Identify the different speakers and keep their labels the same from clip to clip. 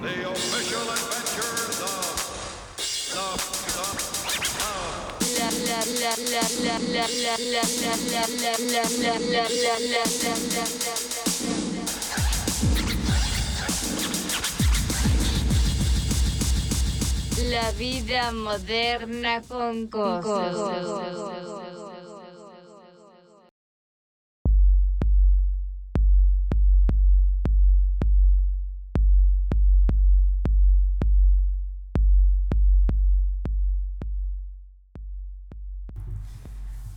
Speaker 1: official adventures of the, the, the,
Speaker 2: La vida moderna con cosas.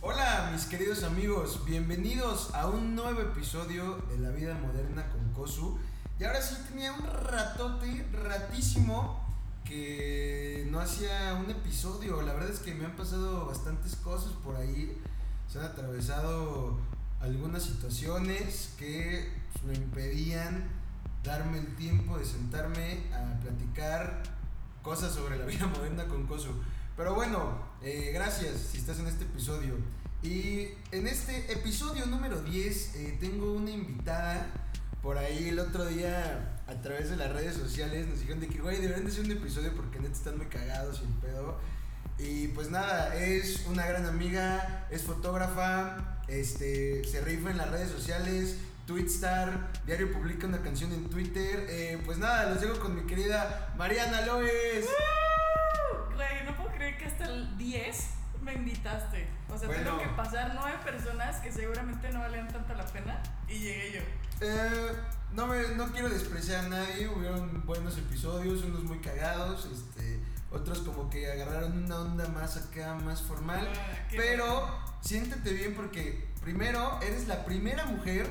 Speaker 3: Hola mis queridos amigos, bienvenidos a un nuevo episodio de La Vida Moderna con Kosu. Y ahora sí tenía un ratote, ratísimo, que no hacía un episodio. La verdad es que me han pasado bastantes cosas por ahí. Se han atravesado algunas situaciones que pues, me impedían darme el tiempo de sentarme a platicar cosas sobre la vida moderna con Kosu. Pero bueno, eh, gracias si estás en este episodio. Y en este episodio número 10 eh, tengo una invitada. Por ahí el otro día a través de las redes sociales nos dijeron de que, güey, deberían de hacer un episodio porque neta están muy cagados y el pedo. Y pues nada, es una gran amiga, es fotógrafa, este, se rifa en las redes sociales, Twitstar, diario publica una canción en Twitter. Eh, pues nada, los dejo con mi querida Mariana Loes.
Speaker 4: Güey, no puedo creer que hasta el 10 me invitaste. O sea,
Speaker 3: Bueno.
Speaker 4: tengo que pasar nueve personas que seguramente no valían tanto la pena y llegué yo.
Speaker 3: Eh, no, me- no quiero despreciar a nadie, hubieron buenos episodios, unos muy cagados, este, otros como que agarraron una onda más acá, más formal.
Speaker 4: Ah, qué
Speaker 3: Pero siéntete bien porque primero eres la primera mujer,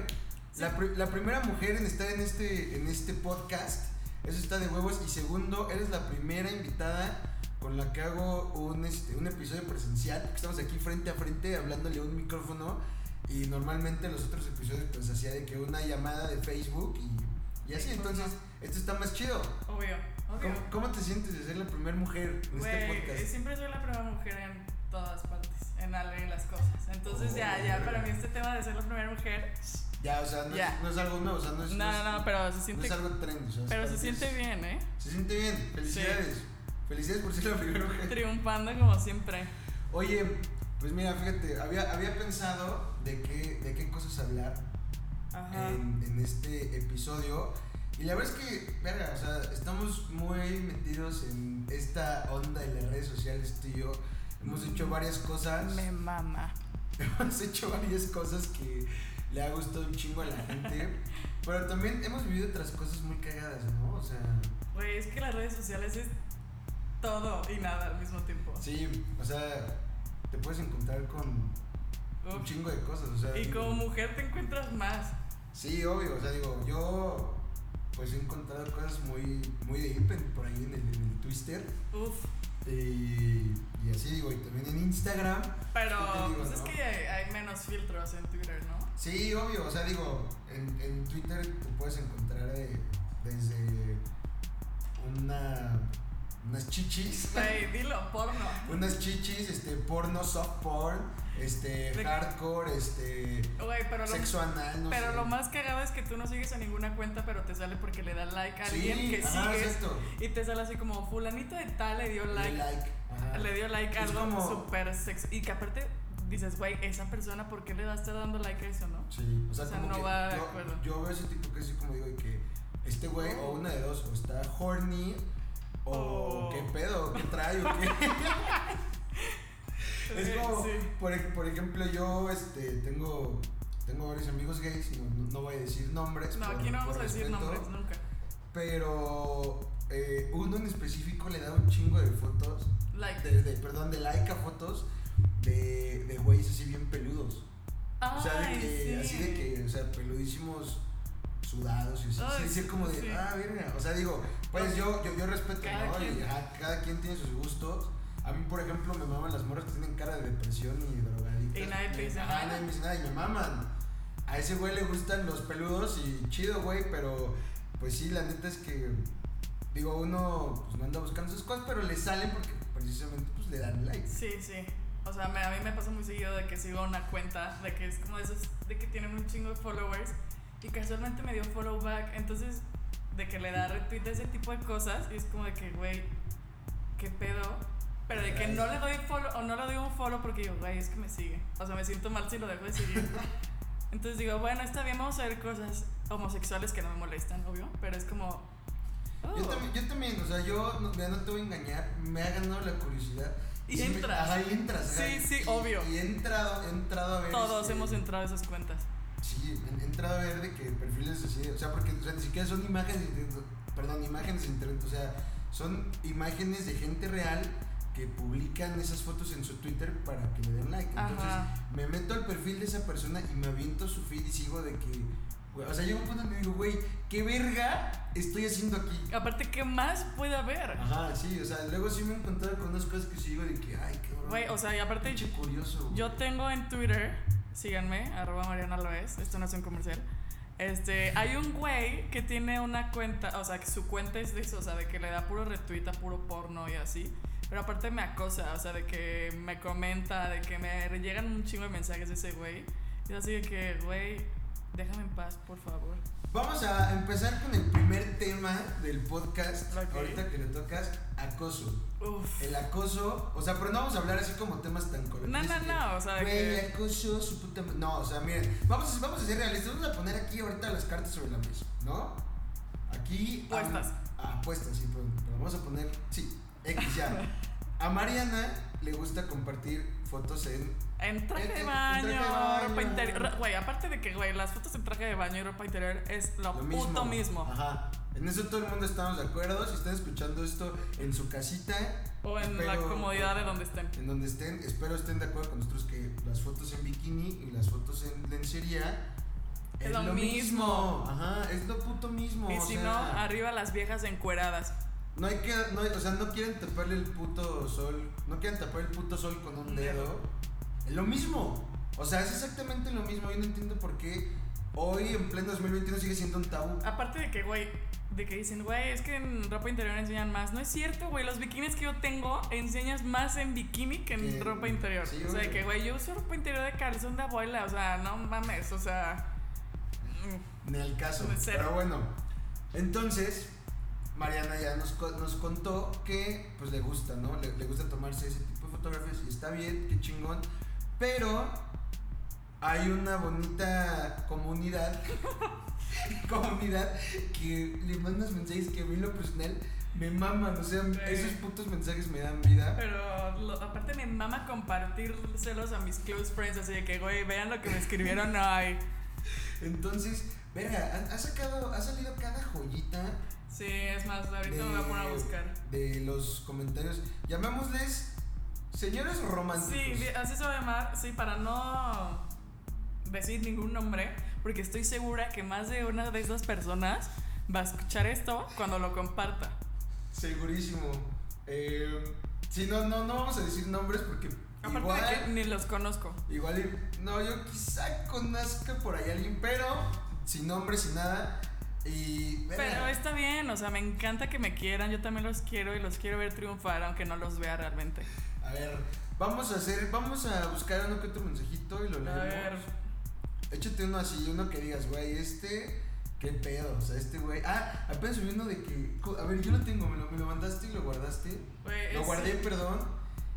Speaker 3: la, pri- la primera mujer en estar en este, en este podcast. Eso está de huevos. Y segundo, eres la primera invitada con la que hago un, este, un episodio presencial. Porque estamos aquí frente a frente hablándole a un micrófono. Y normalmente los otros episodios pues hacía de que una llamada de Facebook y, y así. Entonces, esto está más chido.
Speaker 4: Obvio, obvio.
Speaker 3: ¿Cómo, cómo te sientes de ser la primera mujer en este
Speaker 4: Güey,
Speaker 3: podcast?
Speaker 4: siempre soy la primera mujer en todas partes, en algo y en las cosas. Entonces ya, ya, para mí este tema de ser la primera mujer,
Speaker 3: Ya, o sea, no, Oh. es-
Speaker 4: Ya.
Speaker 3: no es algo nuevo, o sea, no es,
Speaker 4: no,
Speaker 3: no es-
Speaker 4: no, no, pero se
Speaker 3: no
Speaker 4: siente,
Speaker 3: es algo trend, o sea,
Speaker 4: pero
Speaker 3: es-
Speaker 4: se
Speaker 3: es-
Speaker 4: siente bien, ¿eh?
Speaker 3: Se siente bien, felicidades. Felicidades por ser la primera mujer.
Speaker 4: Triunfando como siempre.
Speaker 3: Oye, pues mira, fíjate, había, había pensado de qué, de qué cosas hablar
Speaker 4: Ajá.
Speaker 3: en, en este episodio. Y la verdad es que, verga, o sea, estamos muy metidos en esta onda de las redes sociales, tú y yo. Hemos hecho varias cosas.
Speaker 4: Mm. Me mama.
Speaker 3: hemos hecho varias cosas que le ha gustado un chingo a la gente. pero también hemos vivido otras cosas muy cagadas, ¿no? O sea,
Speaker 4: Güey, es que las redes sociales es todo y nada al mismo tiempo.
Speaker 3: sí, o sea, te puedes encontrar con
Speaker 4: Uf.
Speaker 3: un chingo de cosas, o sea.
Speaker 4: Y
Speaker 3: digo,
Speaker 4: como mujer te encuentras más.
Speaker 3: Sí, obvio, o sea, digo, yo pues he encontrado cosas muy, muy de hipen por ahí en el, en el Twister.
Speaker 4: Uf.
Speaker 3: Y, y así digo, y también en Instagram. ¿Qué te
Speaker 4: Pero
Speaker 3: digo,
Speaker 4: pues es
Speaker 3: no?
Speaker 4: que hay menos filtros en Twitter, ¿no?
Speaker 3: Sí, obvio, o sea, digo, en, en Twitter te puedes encontrar de- desde una, unas chichis,
Speaker 4: Güey, dilo, porno.
Speaker 3: unas chichis, este, porno, soft porn, este,
Speaker 4: De-
Speaker 3: hardcore, este,
Speaker 4: Güey, pero, lo,
Speaker 3: sexo anal, no
Speaker 4: pero
Speaker 3: sé.
Speaker 4: lo más cagado es que tú no sigues a ninguna cuenta, pero te sale porque le da like a
Speaker 3: sí,
Speaker 4: alguien que
Speaker 3: ajá,
Speaker 4: sigues.
Speaker 3: exacto.
Speaker 4: Y te sale así como fulanito de tal le dio
Speaker 3: Le
Speaker 4: like.
Speaker 3: like, ajá.
Speaker 4: Le dio like a
Speaker 3: Es
Speaker 4: algo
Speaker 3: como-
Speaker 4: súper sexy. Y que aparte dices, güey, esa persona, ¿por qué le vas a estar dando like a eso, no?
Speaker 3: Sí, o sea,
Speaker 4: O sea,
Speaker 3: como
Speaker 4: no
Speaker 3: que
Speaker 4: va de
Speaker 3: yo,
Speaker 4: acuerdo.
Speaker 3: yo veo ese tipo que es así como digo de que este güey o una de dos o está horny o
Speaker 4: O-
Speaker 3: qué pedo, qué trae o qué. es como
Speaker 4: Sí.
Speaker 3: por, ej- por ejemplo, yo este tengo tengo varios amigos gays, no, no- no voy a decir nombres,
Speaker 4: No,
Speaker 3: pues, por-
Speaker 4: aquí no
Speaker 3: por
Speaker 4: vamos a decir
Speaker 3: respeto,
Speaker 4: nombres nunca.
Speaker 3: pero eh, uno en específico le da un chingo de fotos,
Speaker 4: Like.
Speaker 3: de, de- perdón, de like a fotos de de güeyes así bien peludos. O sea, de
Speaker 4: Ay,
Speaker 3: que,
Speaker 4: sí.
Speaker 3: así de que, o sea, peludísimos sudados y así.
Speaker 4: Ay,
Speaker 3: sí, decir como de,
Speaker 4: sí.
Speaker 3: ah, verga. O sea, digo, pues
Speaker 4: Ok.
Speaker 3: yo, yo, yo respeto,
Speaker 4: Cada
Speaker 3: ¿no? Y
Speaker 4: quien.
Speaker 3: ajá, cada quien tiene sus gustos. A mí, por ejemplo, me maman las morras que tienen cara de depresión y drogadictas.
Speaker 4: Y nadie te
Speaker 3: Me-
Speaker 4: dice
Speaker 3: ajá,
Speaker 4: nada.
Speaker 3: nadie me dice nada y me maman. A ese güey le gustan los peludos y chido, güey, pero pues sí, la neta es que, digo, uno pues no anda buscando sus cosas, pero le salen porque precisamente pues le dan likes.
Speaker 4: Sí, sí. O sea, me- a mí me pasa muy seguido de que sigo una cuenta, de que es como de esos, de que tienen un chingo de followers y casualmente me dio follow back. Entonces, de que le da retweet a ese tipo de cosas y es como de que, güey, qué pedo. Pero de que no le doy follow o no le doy un follow porque yo, güey, es que me sigue. O sea, me siento mal si lo dejo de seguir. Entonces digo, bueno, está bien, vamos a ver cosas homosexuales que no me molestan, obvio, pero es como... oh.
Speaker 3: Yo también, yo también, o sea, yo no, ya no te voy a engañar, me ha ganado la curiosidad.
Speaker 4: Y
Speaker 3: me-
Speaker 4: entras.
Speaker 3: ajá, y entras. ajá,
Speaker 4: Sí, sí,
Speaker 3: y-
Speaker 4: obvio.
Speaker 3: Y he entrado, he entrado a ver.
Speaker 4: Todos
Speaker 3: este,
Speaker 4: hemos entrado a esas cuentas.
Speaker 3: Sí, he he entrado a ver de que perfiles así, o sea, porque o sea, ni siquiera son imágenes, de internet, perdón, imágenes de internet, o sea, son imágenes de gente real que publican esas fotos en su Twitter para que le den like. Entonces,
Speaker 4: Ajá.
Speaker 3: me meto al perfil de esa persona y me aviento su feed y sigo de que, güey, o sea, llega un punto en que digo, güey, ¿qué verga estoy haciendo aquí?
Speaker 4: Aparte, ¿qué más puede haber?
Speaker 3: Ajá, sí, o sea, luego sí me he encontrado con unas cosas que sigo de que, ay, qué horror.
Speaker 4: Güey, o sea, y aparte
Speaker 3: pinche curioso. güey".
Speaker 4: Yo tengo en Twitter, síganme, arroba Mariana Loes, esto no es un comercial. Este, hay un güey que tiene una cuenta, o sea, que su cuenta es de eso, o sea, de que le da puro retweet a puro porno y así. Pero aparte me acosa, o sea, de que me comenta, de que me llegan un chingo de mensajes de ese güey. Y así de que, güey, déjame en paz, por favor.
Speaker 3: Vamos a empezar con el primer tema del podcast,
Speaker 4: Ok.
Speaker 3: ahorita que le tocas, acoso.
Speaker 4: Uf.
Speaker 3: El acoso, o sea, pero no vamos a hablar así como temas tan coloridos.
Speaker 4: No, no,
Speaker 3: de,
Speaker 4: no, o sea, de
Speaker 3: Güey,
Speaker 4: que-
Speaker 3: el acoso, su puta... ma-". No, o sea, miren, vamos a, vamos a ser realistas, vamos a poner aquí ahorita las cartas sobre la mesa, ¿no? Aquí... a-
Speaker 4: Puestas.
Speaker 3: ah, puestas, sí, pero, pero vamos a poner, sí, X ya. A Mariana le gusta compartir fotos en...
Speaker 4: En traje
Speaker 3: En-
Speaker 4: de
Speaker 3: en- en
Speaker 4: baño,
Speaker 3: traje de baño.
Speaker 4: ropa interior. ro- Güey, aparte de que, güey, las fotos en traje de baño y ropa interior es lo, puto mismo.
Speaker 3: Ajá. En eso todo el mundo estamos de acuerdo. Si están escuchando esto en su casita,
Speaker 4: O en la
Speaker 3: espero-
Speaker 4: comodidad de donde estén.
Speaker 3: en donde estén, espero estén de acuerdo con nosotros que las fotos en bikini y las fotos en lencería
Speaker 4: Es lo mismo.
Speaker 3: Ajá, es lo puto mismo.
Speaker 4: Y
Speaker 3: o
Speaker 4: si
Speaker 3: sea,
Speaker 4: no, arriba las viejas encueradas.
Speaker 3: no hay que, no hay- o sea, no quieren taparle el puto sol, no quieren tapar el puto sol con un
Speaker 4: Un
Speaker 3: dedo.
Speaker 4: dedo.
Speaker 3: Es lo mismo. O sea, es exactamente lo mismo. Yo no entiendo por qué hoy en pleno 2021 sigue siendo un tabú.
Speaker 4: Aparte de que, güey, de que dicen, güey, es que en ropa interior enseñan más. No es cierto, güey. Los bikinis que yo tengo enseñas más en bikini que en
Speaker 3: Que-
Speaker 4: ropa interior.
Speaker 3: sí,
Speaker 4: o sea, de
Speaker 3: güey.
Speaker 4: que, güey, yo uso ropa interior de calzón de abuela. O sea, no mames. O sea, mm,
Speaker 3: Ni el caso.
Speaker 4: De cero.
Speaker 3: Pero bueno, entonces Mariana ya nos, co- nos contó que pues le gusta, ¿no? Le, le gusta tomarse ese tipo de fotografías y está bien, qué chingón. Pero hay una bonita comunidad, comunidad que le mandas mensajes que a mí en lo personal me maman. O sea,
Speaker 4: Güey.
Speaker 3: esos putos mensajes me dan vida.
Speaker 4: pero lo- aparte me mama compartírselos a mis close friends. Así de que, güey, vean lo que me escribieron hoy.
Speaker 3: Entonces, verga, ha, ha sacado, ha salido cada joyita.
Speaker 4: Sí, es más, ahorita me voy a poner a buscar.
Speaker 3: de los comentarios. Llamémosles señores románticos.
Speaker 4: Sí, di- así se va a llamar, sí, para no decir ningún nombre, porque estoy segura que más de una de esas personas va a escuchar esto cuando lo comparta.
Speaker 3: Segurísimo. Eh, sí, no, no, no vamos a decir nombres porque
Speaker 4: Aparte de que
Speaker 3: igual.
Speaker 4: ni los conozco.
Speaker 3: Igual y- no, yo quizá conozca por ahí a alguien, pero sin nombres, sin nada. Y.
Speaker 4: Pero está bien, o sea, me encanta que me quieran, yo también los quiero y los quiero ver triunfar, aunque no los vea realmente.
Speaker 3: A ver, vamos a hacer, vamos a buscar uno que otro mensajito y lo
Speaker 4: A
Speaker 3: leemos.
Speaker 4: ver,
Speaker 3: Échate uno así, uno que digas, güey, este, qué pedo, o sea, este güey. Ah, apenas subí uno de que. co- A ver, yo lo tengo, me lo, me lo mandaste y lo guardaste.
Speaker 4: güey,
Speaker 3: Lo
Speaker 4: es-
Speaker 3: guardé, perdón.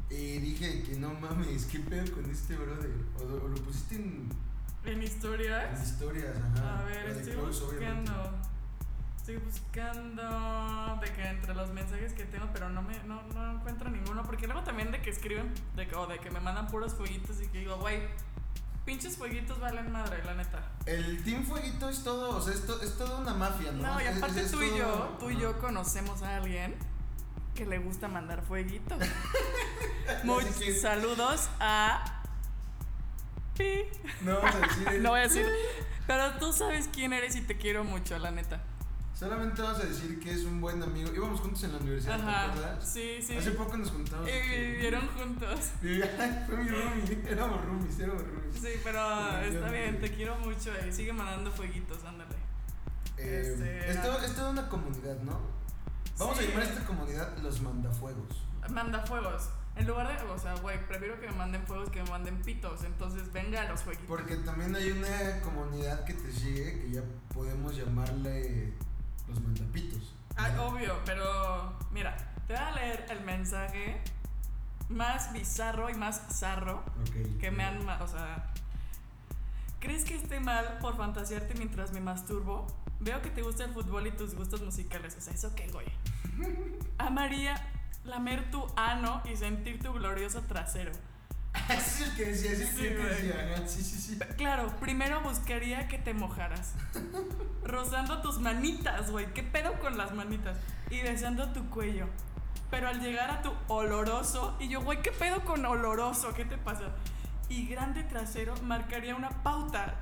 Speaker 3: Y dije que no mames, qué pedo con este brother. O, lo- o lo pusiste en,
Speaker 4: en
Speaker 3: en
Speaker 4: historias.
Speaker 3: historias, ajá.
Speaker 4: A ver,
Speaker 3: o de
Speaker 4: estoy
Speaker 3: close, Pues, obviamente.
Speaker 4: buscando. Estoy buscando de que entre los mensajes que tengo, pero no me no, no encuentro ninguno. Porque luego también de que escriben de que, o de que me mandan puros fueguitos y que digo, güey, pinches fueguitos valen madre, la neta.
Speaker 3: El Team Fueguito es todo, o sea, es, to- es toda una mafia, ¿no?
Speaker 4: No, y
Speaker 3: Es-
Speaker 4: aparte
Speaker 3: es
Speaker 4: tú y
Speaker 3: todo-
Speaker 4: yo, tú y
Speaker 3: ajá.
Speaker 4: yo conocemos a alguien que le gusta mandar fueguitos.
Speaker 3: Así que
Speaker 4: Muchos saludos a. Pi. Ah,
Speaker 3: No vamos a decir el-
Speaker 4: No voy a decir. Pero tú sabes quién eres y te quiero mucho, la neta.
Speaker 3: Solamente vamos a decir que es un buen amigo. Íbamos juntos en la universidad, ¿te
Speaker 4: Ajá.
Speaker 3: acuerdas?
Speaker 4: Sí, sí.
Speaker 3: Hace poco nos juntamos.
Speaker 4: Y
Speaker 3: que-
Speaker 4: vivieron juntos.
Speaker 3: Vivía- Fue mi roomie, éramos roomies, éramos roomies.
Speaker 4: Sí, pero está bien, te quiero mucho y sigue mandando fueguitos, ándale.
Speaker 3: Eh,
Speaker 4: Este,
Speaker 3: es,
Speaker 4: ah.
Speaker 3: todo- es toda una comunidad, ¿no? Vamos a
Speaker 4: Sí.
Speaker 3: llamar a este. esta comunidad los mandafuegos.
Speaker 4: Manda fuegos. En lugar de, o sea, güey, prefiero que me manden fuegos que me manden pitos, entonces venga los fueguitos.
Speaker 3: Porque también hay una comunidad que te sigue que ya podemos llamarle Los mandapitos.
Speaker 4: Ah, obvio, pero mira, te voy a leer el mensaje más bizarro y más zarro
Speaker 3: Ok.
Speaker 4: que me han, ma- o sea, ¿crees que esté mal por fantasearte mientras me masturbo? Veo que te gusta el fútbol y tus gustos musicales, o sea, eso qué güey. Amaría lamer tu ano y sentir tu glorioso trasero.
Speaker 3: Así es que decía, así es
Speaker 4: Sí,
Speaker 3: que
Speaker 4: güey.
Speaker 3: decía. ajá, Sí, sí, sí.
Speaker 4: Claro, primero buscaría que te mojaras. Rozando tus manitas, güey. ¿Qué pedo con las manitas? Y besando tu cuello. Pero al llegar a tu oloroso, y yo, güey, ¿qué pedo con oloroso? ¿Qué te pasa? Y grande trasero marcaría una pauta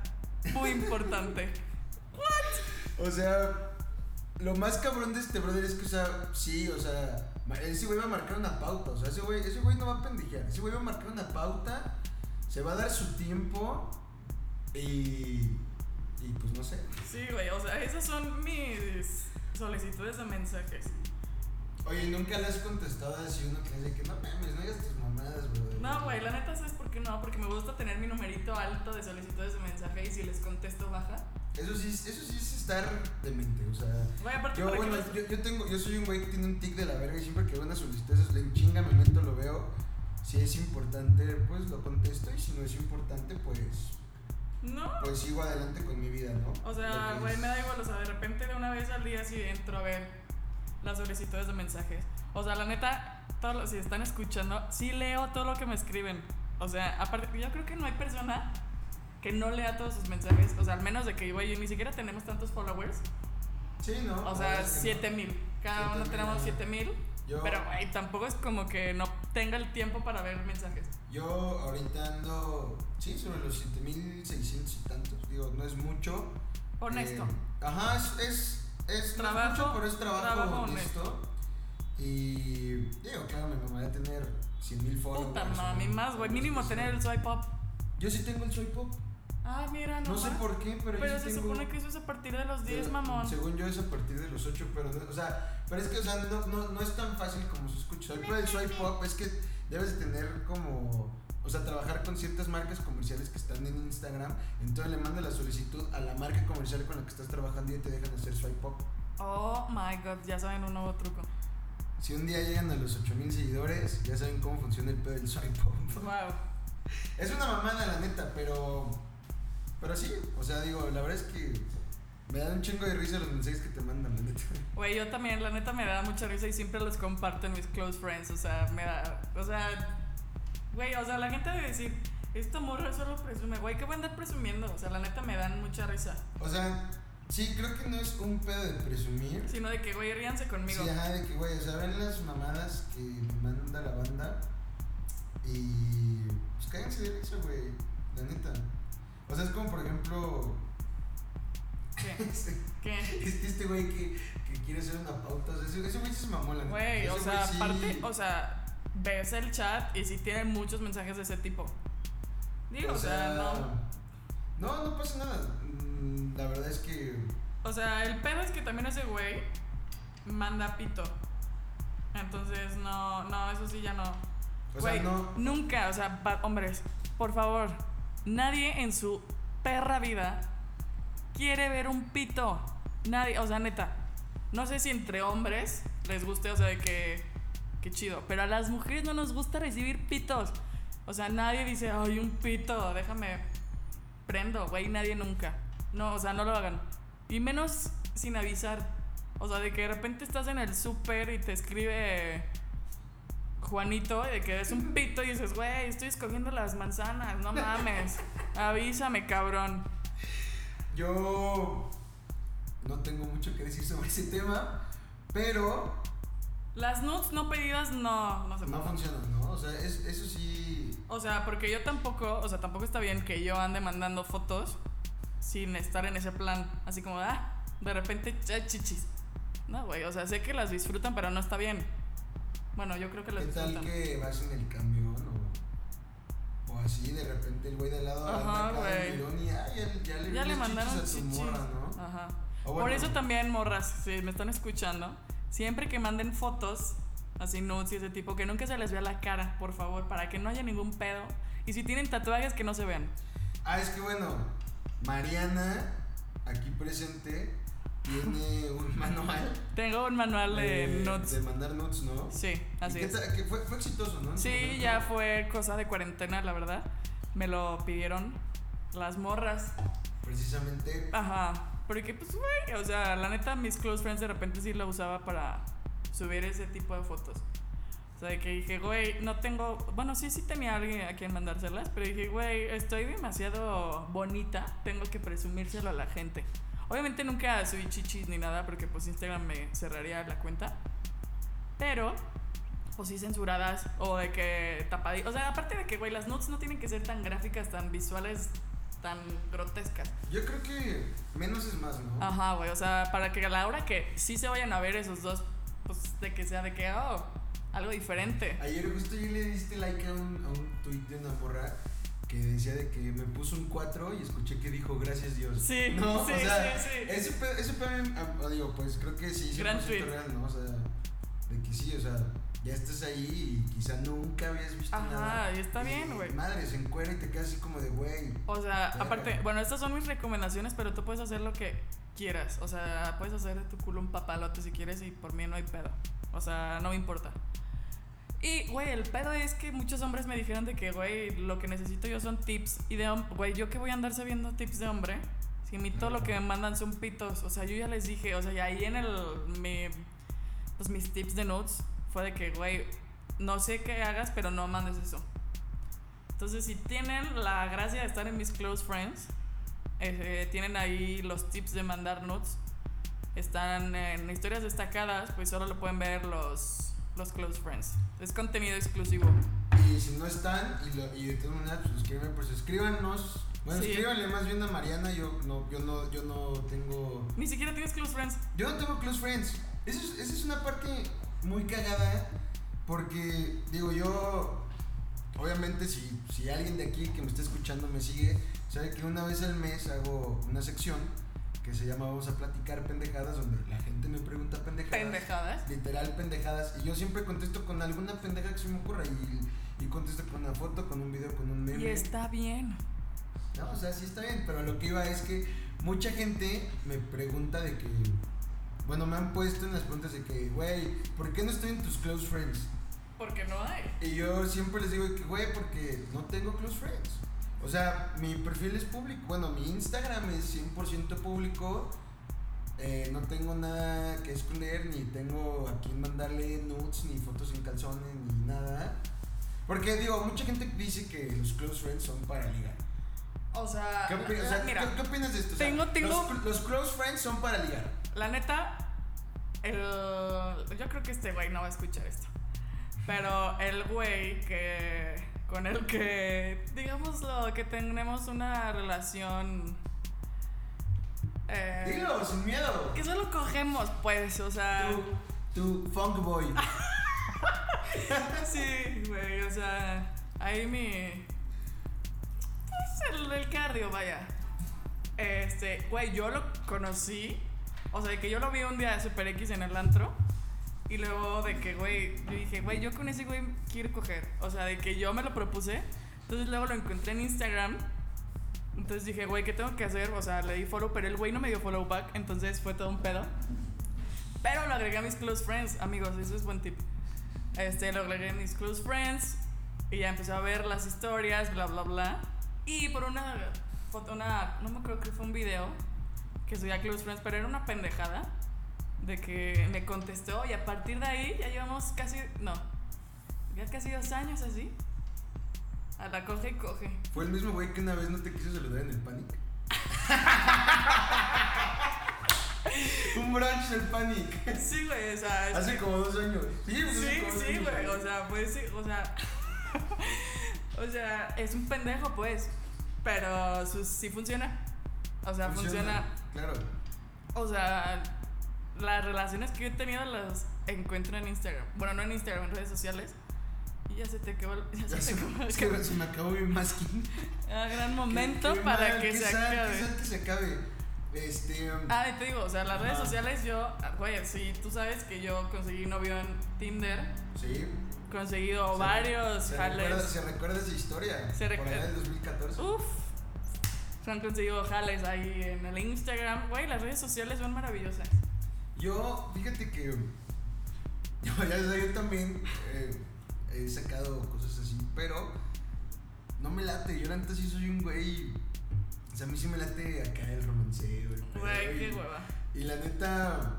Speaker 4: muy importante.
Speaker 3: O sea, lo más cabrón de este brother es que, o sea, sí, o sea, ma- ese güey va a marcar una pauta. O sea, ese güey, ese güey no va a pendejear. Ese güey va a marcar una pauta, se va a dar su tiempo y. Y pues no sé.
Speaker 4: Sí, güey, o sea, esas son mis solicitudes de mensajes.
Speaker 3: Oye, ¿nunca le has contestado así uno que dice que no mames, no digas tus mamadas, brother?
Speaker 4: No, güey, la neta, ¿sabes por qué no? Porque me gusta tener mi numerito alto de solicitudes de mensaje y si les contesto baja.
Speaker 3: Eso sí, es- eso sí es estar demente, o sea.
Speaker 4: Güey, aparte,
Speaker 3: Yo,
Speaker 4: ¿para qué
Speaker 3: bueno,
Speaker 4: les-
Speaker 3: yo, yo tengo, yo soy un güey que tiene un tic de la verga y siempre que veo una solicitud de esas, le chinga, me meto, lo veo. Si es importante, pues lo contesto y si no es importante, pues,
Speaker 4: No,
Speaker 3: pues sigo adelante con mi vida, ¿no?
Speaker 4: O
Speaker 3: Lo
Speaker 4: sea,
Speaker 3: que
Speaker 4: güey,
Speaker 3: es-
Speaker 4: me da igual, o sea, de repente de una vez al día sí entro a ver las solicitudes de mensajes. O sea, la neta, todo lo- si están escuchando, sí leo todo lo que me escriben. O sea, aparte, yo creo que no hay persona que no lea todos sus mensajes. O sea, al menos de que, güey, ni siquiera tenemos tantos followers.
Speaker 3: Sí, ¿no?
Speaker 4: O
Speaker 3: La
Speaker 4: sea,
Speaker 3: verdad es que no.
Speaker 4: 7000. Cada uno
Speaker 3: 7,000,
Speaker 4: tenemos
Speaker 3: ajá.
Speaker 4: 7000.
Speaker 3: Yo-
Speaker 4: Pero, güey, tampoco es como que no tenga el tiempo para ver mensajes.
Speaker 3: Yo ahorita ando, sí, sobre los 7600 y tantos. Digo, no es mucho.
Speaker 4: Honesto.
Speaker 3: Eh, ajá, es, es, es no es
Speaker 4: Trabajo-
Speaker 3: mucho, pero es trabajo,
Speaker 4: trabajo
Speaker 3: honesto. Y digo, claro, me mamaría tener 100 mil followers.
Speaker 4: Puta, no,
Speaker 3: ¿no?
Speaker 4: a mí más, güey. Mínimo
Speaker 3: Sí.
Speaker 4: tener el swipe up.
Speaker 3: Yo sí tengo el soy pop.
Speaker 4: Ah, mira, no.
Speaker 3: No sé
Speaker 4: más.
Speaker 3: por qué, pero,
Speaker 4: Pero
Speaker 3: yo sí
Speaker 4: se
Speaker 3: tengo.
Speaker 4: supone que eso es a partir de los 10,
Speaker 3: Yo-
Speaker 4: mamón.
Speaker 3: Según yo es a partir de los 8, pero no- o sea, pero es que o sea, no, no, no es tan fácil como se escucha. Pero el swipe pop es que debes de tener como o sea, trabajar con ciertas marcas comerciales que están en Instagram, entonces le mandas la solicitud a la marca comercial con la que estás trabajando y te dejan hacer swipe pop.
Speaker 4: Oh my god, ya saben un nuevo truco.
Speaker 3: Si un día llegan a los 8000 seguidores, ya saben cómo funciona el pedo del swipe pop.
Speaker 4: Wow.
Speaker 3: Es una mamada, la neta, pero. Pero sí, o sea, digo, la verdad es que me dan un chingo de risa los mensajes que te mandan, la neta.
Speaker 4: Güey, yo también, la neta me da mucha risa y siempre los comparto en mis close friends. O sea, me da. O sea, güey, o sea, la gente debe decir, esta morra solo presume. Güey, ¿qué voy a andar presumiendo? O sea, la neta me dan mucha risa.
Speaker 3: O sea, sí, creo que no es un pedo de presumir.
Speaker 4: Sino de que, güey, ríanse conmigo.
Speaker 3: Sí, ajá, de que, güey, o sea, ven las mamadas que me manda la banda y. Pues cáganse de eso, güey, la neta. O sea, es como, por ejemplo,
Speaker 4: ¿Qué?
Speaker 3: este
Speaker 4: ¿Qué?
Speaker 3: este güey que, que quiere hacer una pauta. O sea, ese ese güey sí se mamó, la neta.
Speaker 4: Güey, o
Speaker 3: Ese
Speaker 4: sea,
Speaker 3: sí-
Speaker 4: aparte, o sea, ves el chat y sí tienen muchos mensajes de ese tipo. Digo, o sea no.
Speaker 3: No, no pasa nada. Mm, La verdad es que.
Speaker 4: O sea, el pedo es que también ese güey manda pito. Entonces, no, no, eso sí ya no.
Speaker 3: O
Speaker 4: Güey,
Speaker 3: sea, no.
Speaker 4: nunca, o sea, pa- hombres, por favor, nadie en su perra vida quiere ver un pito. Nadie, o sea, neta. No sé si entre hombres les guste, o sea, de que. Qué chido. Pero a las mujeres no nos gusta recibir pitos. O sea, nadie dice, ay, un pito, déjame. Prendo, güey, nadie nunca. No, o sea, no lo hagan. Y menos sin avisar. O sea, de que de repente estás en el súper y te escribe Juanito, de que es un pito y dices, güey, estoy escogiendo las manzanas, no mames. Avísame, cabrón.
Speaker 3: Yo. No tengo mucho que decir sobre ese tema, pero
Speaker 4: Las nudes no pedidas no, no se
Speaker 3: no
Speaker 4: pueden.
Speaker 3: funciona, ¿no? O sea, es- eso sí.
Speaker 4: O sea, porque yo tampoco, o sea, tampoco está bien que yo ande mandando fotos sin estar en ese plan, así como, ah, de repente ya chichis. No, güey, o sea, sé que las disfrutan, pero no está bien. Bueno, yo creo que las
Speaker 3: ¿Qué tal
Speaker 4: disfrutan.
Speaker 3: que vas en el camión o.? O así, de repente el güey de al lado
Speaker 4: Ajá,
Speaker 3: anda acá
Speaker 4: güey.
Speaker 3: de mirón y, "Ay, ya, ya le, vi
Speaker 4: ya
Speaker 3: las
Speaker 4: le
Speaker 3: chichis
Speaker 4: mandaron
Speaker 3: a tu
Speaker 4: chichis.
Speaker 3: morra, ¿no?
Speaker 4: Ajá.
Speaker 3: O
Speaker 4: Por
Speaker 3: bueno,
Speaker 4: eso también, morras, si me están escuchando, siempre que manden fotos, así nudes y ese tipo, que nunca se les vea la cara, por favor, para que no haya ningún pedo. Y si tienen tatuajes, que no se vean.
Speaker 3: Ah, es que bueno, Mariana, aquí presente, tiene un manual
Speaker 4: Tengo un manual de nudes.
Speaker 3: Eh, de mandar nudes, ¿no?
Speaker 4: Sí, así
Speaker 3: ¿Y qué
Speaker 4: es.
Speaker 3: tal? Que fue, fue exitoso, ¿no? En su
Speaker 4: Sí,
Speaker 3: momento.
Speaker 4: ya fue cosa de cuarentena, la verdad. Me lo pidieron las morras.
Speaker 3: Precisamente.
Speaker 4: Ajá. Porque, pues, güey, o sea, la neta, mis close friends de repente sí lo usaba para subir ese tipo de fotos. O sea, de que dije, güey, no tengo. Bueno, sí, sí tenía alguien a quien mandárselas, pero dije, güey, estoy demasiado bonita, tengo que presumírselo a la gente. Obviamente nunca subí chichis ni nada, porque pues Instagram me cerraría la cuenta. Pero, pues sí censuradas, o de que tapaditas. O sea, aparte de que, güey, las notes no tienen que ser tan gráficas, tan visuales, tan grotescas.
Speaker 3: Yo creo que menos es más, ¿no?
Speaker 4: Ajá, güey, o sea, para que a la hora que sí se vayan a ver esos dos, pues de que sea de que, oh, algo diferente.
Speaker 3: Ayer justo yo le diste like a un, a un tweet de una porra que decía de que me puso un 4 y escuché que dijo gracias Dios.
Speaker 4: Sí,
Speaker 3: No,
Speaker 4: sí,
Speaker 3: o sea,
Speaker 4: sí, sí.
Speaker 3: Ese pedo, ese pedo a mí- a- a- digo, pues creo que sí,
Speaker 4: Gran
Speaker 3: 100%
Speaker 4: tweet.
Speaker 3: real, ¿no? O sea, de que sí, o sea, ya estás ahí y quizá nunca habías visto
Speaker 4: Ajá,
Speaker 3: nada.
Speaker 4: y está bien,
Speaker 3: Y,
Speaker 4: güey.
Speaker 3: Madre, se encuera y te quedas así como de, güey,
Speaker 4: O sea,
Speaker 3: Verga.
Speaker 4: aparte, bueno, estas son mis recomendaciones, pero tú puedes hacer lo que quieras. O sea, puedes hacer de tu culo un papalote si quieres y por mí no hay pedo. O sea, no me importa. Y, güey, el pedo es que muchos hombres me dijeron de que, güey, lo que necesito yo son tips. Y de, hom- güey, yo que voy a andar sabiendo tips de hombre. Si a mí todo lo que me mandan son pitos. O sea, yo ya les dije, o sea, y ahí en el, mi- pues mis tips de notes fue de que, güey, no sé qué hagas, pero no mandes eso. Entonces, si tienen la gracia de estar en mis close friends, eh, eh, tienen ahí los tips de mandar nudes. Están en historias destacadas, pues solo lo pueden ver los, los close friends. Es contenido exclusivo.
Speaker 3: y si no están y, lo- y de todas maneras, pues escríbanme, pues escríbanos. Bueno,
Speaker 4: Sí.
Speaker 3: escríbanle más bien a Mariana, yo no, yo no, yo no tengo...
Speaker 4: Ni siquiera tienes close friends.
Speaker 3: Yo no tengo close friends. Esa es, esa es una parte muy cagada, ¿eh? porque digo yo, obviamente si, si alguien de aquí que me está escuchando me sigue, sabe que una vez al mes hago una sección que se llama Vamos a platicar pendejadas, donde la gente me pregunta pendejadas.
Speaker 4: Pendejadas.
Speaker 3: Literal pendejadas. Y yo siempre contesto con alguna pendeja que se me ocurra y, y contesto con una foto, con un video, con un meme.
Speaker 4: Y está bien.
Speaker 3: No, o sea, sí está bien, pero a lo que iba es que mucha gente me pregunta de que. Bueno, me han puesto en las preguntas de que, güey, ¿por qué no estoy en tus close friends?
Speaker 4: Porque no hay.
Speaker 3: Y yo siempre les digo que, güey, porque no tengo close friends. O sea, mi perfil es público. Bueno, mi Instagram es 100% público. Eh, no tengo nada que esconder, ni tengo a quién mandarle nudes, ni fotos en calzones, ni nada. Porque digo, mucha gente dice que los close friends son para ligar.
Speaker 4: O sea, eh,
Speaker 3: ¿Qué, opi- o sea, ¿qué- qué opinas de esto? O sea,
Speaker 4: tengo- tengo-
Speaker 3: Los, cl- los close friends son para ligar.
Speaker 4: La neta, el, yo creo que este güey no va a escuchar esto. Pero el güey que con el que, digámoslo, que tenemos una relación... eh,
Speaker 3: Dilo, sin miedo.
Speaker 4: Que solo cogemos, pues, o sea...
Speaker 3: Tu, tu funk boy.
Speaker 4: Sí, güey, o sea... Ahí mi... Pues el, el cardio, vaya. Este, güey, yo lo conocí. O sea, de que yo lo vi un día de Super X en el antro. Y luego de que, güey, yo dije, güey, yo con ese güey quiero coger. O sea, de que yo me lo propuse. Entonces luego lo encontré en Instagram. Entonces dije, güey, ¿qué tengo que hacer? O sea, le di follow, pero el güey no me dio follow back. Entonces fue todo un pedo. Pero lo agregué a mis close friends, amigos, eso es buen tip. Este, lo agregué a mis close friends. Y ya empecé a ver las historias, bla, bla, bla. Y por una foto, una, no me creo que fue un video que subí a Close Friends, pero era una pendejada de que me contestó y a partir de ahí ya llevamos casi, no, ya casi dos años así. A la coge y coge.
Speaker 3: Fue el mismo güey que una vez no te quiso saludar en el Panic. Un brunch del Panic.
Speaker 4: Sí, güey, o sea, es-
Speaker 3: Hace como dos años. Sí, pues, hace
Speaker 4: Sí,
Speaker 3: como dos
Speaker 4: sí,
Speaker 3: años.
Speaker 4: güey. O sea, pues sí, o sea. o sea, es un pendejo, pues. Pero su- sí funciona. O sea, funciona.
Speaker 3: Claro.
Speaker 4: O sea, las relaciones que yo he tenido las encuentro en Instagram. Bueno, no en Instagram, en redes sociales. Y ya se te acabó. el- Ya
Speaker 3: Ya
Speaker 4: se
Speaker 3: se,
Speaker 4: te acabó. el-
Speaker 3: es que se me acabó mi masking.
Speaker 4: Ah, gran momento
Speaker 3: Qué- qué
Speaker 4: para
Speaker 3: mal,
Speaker 4: que
Speaker 3: qué
Speaker 4: se
Speaker 3: sad, qué
Speaker 4: acabe.
Speaker 3: sad que se acabe. Este.
Speaker 4: Ah, y te digo, o sea, las redes
Speaker 3: Ajá.
Speaker 4: sociales yo. ah, Güey, sí, tú sabes que yo conseguí novio en Tinder.
Speaker 3: sí.
Speaker 4: Conseguido
Speaker 3: Se-
Speaker 4: varios
Speaker 3: se
Speaker 4: jales.
Speaker 3: recuerda, se recuerda esa historia.
Speaker 4: Se Uh.
Speaker 3: Por
Speaker 4: recuerda.
Speaker 3: allá del 2014.
Speaker 4: Uf. Se han conseguido jales ahí en el Instagram. Güey, las redes sociales son maravillosas.
Speaker 3: Yo, fíjate que. Yo, ya sé, yo también eh, he sacado cosas así, pero no me late. Yo antes sí soy un güey. O sea, a mí sí me late acá el romanceo. el pedo,
Speaker 4: Güey, qué
Speaker 3: y-
Speaker 4: hueva.
Speaker 3: Y la neta,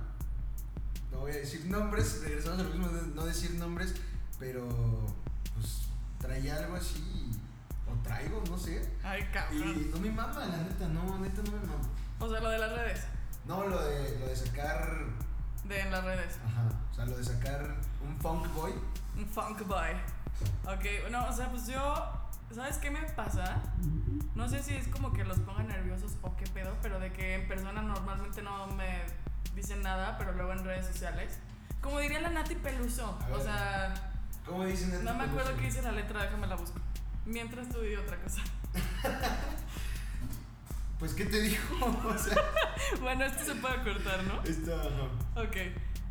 Speaker 3: no voy a decir nombres, regresamos a lo mismo de no decir nombres, pero pues traía algo así, o traigo, no sé.
Speaker 4: Ay,
Speaker 3: Y
Speaker 4: cabrón.
Speaker 3: no me mama, la neta, no, neta no me mama.
Speaker 4: O sea, lo de las redes.
Speaker 3: No, lo de, lo de sacar,
Speaker 4: De en las redes.
Speaker 3: ajá, o sea, lo de sacar un funk boy.
Speaker 4: Un funk boy. Ok, no, o sea, pues yo. ¿Sabes qué me pasa? No sé si es como que los ponga nerviosos o qué pedo, pero de que en persona normalmente no me dicen nada, pero luego en redes sociales. Como diría la Nati Peluso.
Speaker 3: A
Speaker 4: O
Speaker 3: ver.
Speaker 4: sea,
Speaker 3: ¿Cómo dicen en
Speaker 4: no me acuerdo qué
Speaker 3: que
Speaker 4: dice la letra, déjame la busco. Mientras tú di otra cosa.
Speaker 3: Pues, ¿qué te dijo? O sea,
Speaker 4: Bueno, esto se puede cortar, ¿no?
Speaker 3: está, ajá.
Speaker 4: Ok.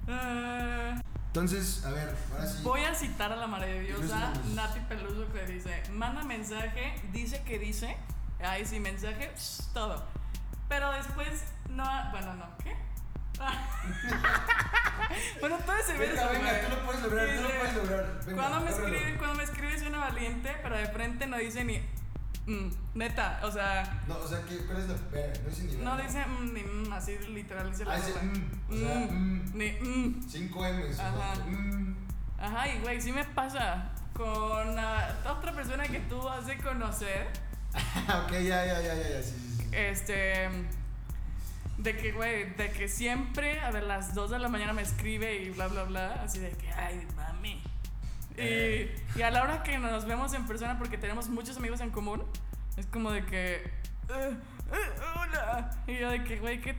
Speaker 4: Ah,
Speaker 3: Entonces, a ver, ahora sí.
Speaker 4: Voy a citar a la maravillosa
Speaker 3: Ilustranos.
Speaker 4: Nati Peluso que dice, manda mensaje, dice que dice, ahí sí, mensaje, psh, todo. Pero después, no, bueno, no, ¿qué? bueno, todo se ve
Speaker 3: Venga,
Speaker 4: eso,
Speaker 3: venga,
Speaker 4: güey.
Speaker 3: tú lo puedes lograr, tú lo
Speaker 4: Dice,
Speaker 3: puedes lograr. Venga,
Speaker 4: cuando me,
Speaker 3: córrelo.
Speaker 4: escribe, cuando me escribe suena valiente, pero de frente no dice ni... mm, neta, o sea,
Speaker 3: No, o sea, ¿qué, ¿cuál es la verga? No dice ni
Speaker 4: no
Speaker 3: verga.
Speaker 4: dice mm, ni mm, así literal dice la
Speaker 3: Ah, ese
Speaker 4: rola.
Speaker 3: mm, o sea,
Speaker 4: Mm,
Speaker 3: mm,
Speaker 4: Ni mm.
Speaker 3: cinco M's.
Speaker 4: Ajá.
Speaker 3: o sea, mm.
Speaker 4: Ajá, y güey, sí me pasa con ah, otra persona que tú vas de conocer,
Speaker 3: ok, ya, ya, ya, ya, ya, sí, sí, sí.
Speaker 4: este, de que, güey, de que siempre a de las 2 de la mañana me escribe y bla, bla, bla, así de que, ay, mami. Y, y a la hora que nos vemos en persona, porque tenemos muchos amigos en común, es como de que, "Eh, eh, hola. Y yo de que, güey, ¿qué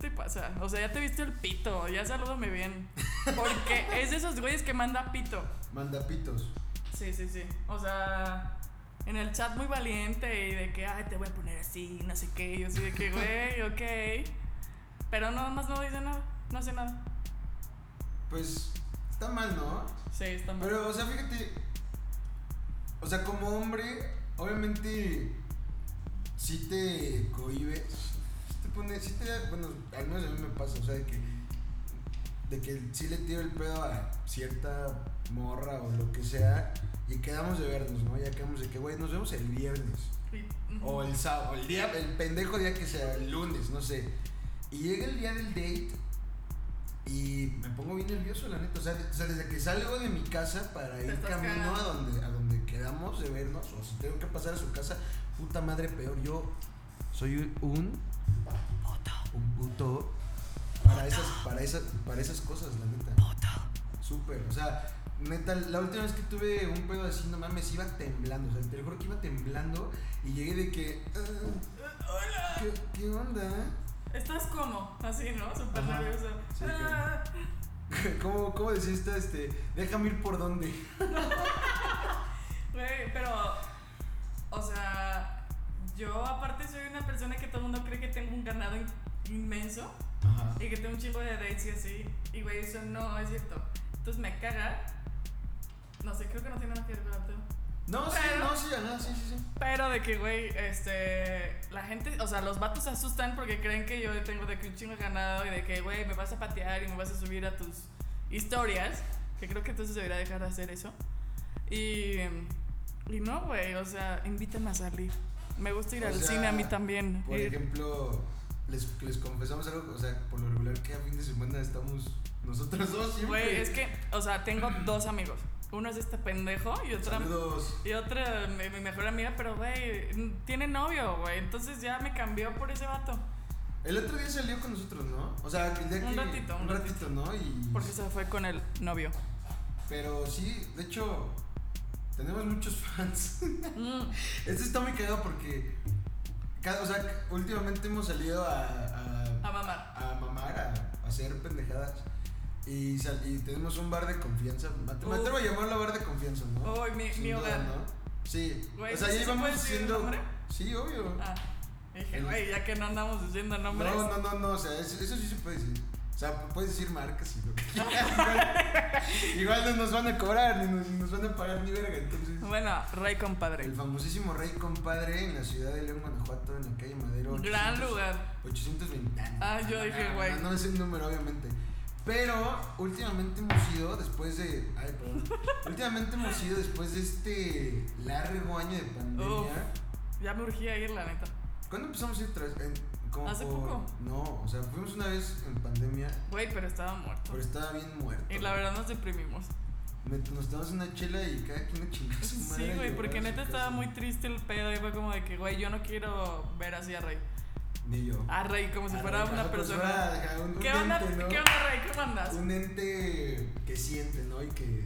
Speaker 4: te pasa? O sea, ya te viste el pito, ya salúdame bien. Porque es de esos güeyes que manda pito.
Speaker 3: Mandapitos.
Speaker 4: Sí, sí, sí. O sea, en el chat muy valiente y de que, ay, te voy a poner así, no sé qué. Y yo así de que, güey, ok. Pero nada más no dice nada, no hace nada.
Speaker 3: Pues está mal, ¿no?
Speaker 4: Sí, está mal.
Speaker 3: Pero, o sea, fíjate. O sea, como hombre, obviamente, si te cohibes, sí te pone, sí te da- bueno, al menos a mí me pasa, o sea, de que, de que sí le tiro el pedo a cierta morra o lo que sea, y quedamos de vernos, ¿no? Ya quedamos de que, güey, nos vemos el viernes.
Speaker 4: Y- ujú.
Speaker 3: O el sábado, el día, el pendejo día que sea, el lunes, no sé. Y llega el día del date y me pongo bien nervioso, la neta. O sea, de- o sea, desde que salgo de mi casa para
Speaker 4: Te
Speaker 3: ir
Speaker 4: estás
Speaker 3: camino a
Speaker 4: cagando.
Speaker 3: donde, a donde quedamos de vernos, o si tengo que pasar a su casa, puta madre, peor. Yo soy un puto. Un puto. Para esas, para esas, para esas cosas, la neta. Súper, o sea, neta, la última vez que tuve un pedo así, no mames, iba temblando, o sea, te lo juro que iba temblando y llegué de que, ah,
Speaker 4: Eh, Hola.
Speaker 3: ¿qué, qué onda?
Speaker 4: Estás como, así, ¿no? Súper
Speaker 3: Ajá.
Speaker 4: nervioso.
Speaker 3: Sí,
Speaker 4: Ah.
Speaker 3: ¿Cómo, cómo decía esta, este, déjame ir por dónde?
Speaker 4: Güey, pero, o sea, yo aparte soy una persona que todo el mundo cree que tengo un ganado in- inmenso.
Speaker 3: Ajá.
Speaker 4: Y que tengo un chico de dates y así. Y güey, eso no es cierto. Entonces me caga. No sé, creo que no tiene nada que ver con el tema.
Speaker 3: No, sí,
Speaker 4: Pero-
Speaker 3: no, sí, ajá, sí, sí, sí.
Speaker 4: Pero de que, güey, este. La gente, o sea, los vatos se asustan porque creen que yo tengo de que un chingo ganado y de que, güey, me vas a patear y me vas a subir a tus historias. Que creo que entonces debería dejar de hacer eso. Y. Y no, güey, o sea, invítame a salir. Me gusta ir
Speaker 3: O
Speaker 4: al
Speaker 3: sea,
Speaker 4: cine a mí también. Eh,
Speaker 3: Por
Speaker 4: Ir-
Speaker 3: ejemplo, les, les confesamos algo, o sea, por lo regular que a fin de semana estamos nosotros dos siempre.
Speaker 4: Güey, es que, o sea, tengo dos amigos. Uno es este pendejo y otra,
Speaker 3: Saludos.
Speaker 4: y otra eh, mi, mi mejor amiga, pero güey, n- tiene novio, güey. Entonces ya me cambió por ese vato.
Speaker 3: El otro día salió con nosotros, ¿no? O sea, el día
Speaker 4: Un
Speaker 3: que-
Speaker 4: ratito, un
Speaker 3: un ratito, ¿no? Y
Speaker 4: Porque se fue con el novio.
Speaker 3: Pero sí, de hecho, tenemos muchos fans.
Speaker 4: Mm,
Speaker 3: Esto está muy cagado porque, cada, o sea, últimamente hemos salido a, a,
Speaker 4: a mamar.
Speaker 3: a mamar, a, a hacer pendejadas. Y, sal- y tenemos un bar de confianza. Me atre- me
Speaker 4: Uh.
Speaker 3: atrevo a llamarlo bar de confianza, ¿no?
Speaker 4: Uy, mi,
Speaker 3: Sin
Speaker 4: mi
Speaker 3: duda,
Speaker 4: hogar.
Speaker 3: ¿no? Sí.
Speaker 4: Güey,
Speaker 3: o sea,
Speaker 4: ¿sí
Speaker 3: ya
Speaker 4: se
Speaker 3: íbamos
Speaker 4: puede decir el
Speaker 3: diciendo.
Speaker 4: nombre?
Speaker 3: Sí, obvio.
Speaker 4: Ah, dije,
Speaker 3: El-
Speaker 4: güey, ya que no andamos diciendo nombres.
Speaker 3: no, no, no, no, o sea, eso, eso sí se puede decir. O sea, puedes decir marcas y lo que quieras. Igual, igual no nos van a cobrar, ni nos, ni nos van a pagar ni verga. Entonces,
Speaker 4: Bueno, Rey Compadre.
Speaker 3: el famosísimo Rey Compadre en la ciudad de León, Guanajuato, en la calle Madero.
Speaker 4: Gran
Speaker 3: 800.
Speaker 4: lugar.
Speaker 3: 820.
Speaker 4: Ah, yo dije,
Speaker 3: Ah,
Speaker 4: güey.
Speaker 3: No, no es el número, obviamente. Pero últimamente hemos ido después de. Ay, perdón. últimamente hemos ido después de este largo año de pandemia.
Speaker 4: Uf. Ya me urgía ir, la neta.
Speaker 3: ¿Cuándo empezamos a ir tras.? en- como
Speaker 4: Hace
Speaker 3: por-
Speaker 4: poco.
Speaker 3: No, o sea, fuimos una vez en pandemia,
Speaker 4: Güey, pero estaba muerto.
Speaker 3: pero estaba bien muerto.
Speaker 4: Y la verdad nos deprimimos.
Speaker 3: Me- nos tomamos una chela y cada quien le chingó a su madre.
Speaker 4: Sí,
Speaker 3: a
Speaker 4: güey,
Speaker 3: llorar
Speaker 4: porque
Speaker 3: a su
Speaker 4: neta
Speaker 3: casa.
Speaker 4: estaba muy triste el pedo. Y fue como de que, güey, yo no quiero ver así a Rey.
Speaker 3: Ni yo.
Speaker 4: A Rey, como si
Speaker 3: Ah,
Speaker 4: fuera
Speaker 3: no,
Speaker 4: una
Speaker 3: ajá, pues,
Speaker 4: persona.
Speaker 3: fuera, ajá, un- un
Speaker 4: ¿Qué onda,
Speaker 3: ente, ¿no?
Speaker 4: ¿Qué onda, Rey? ¿Cómo andas?
Speaker 3: un ente que siente, ¿no? Y que.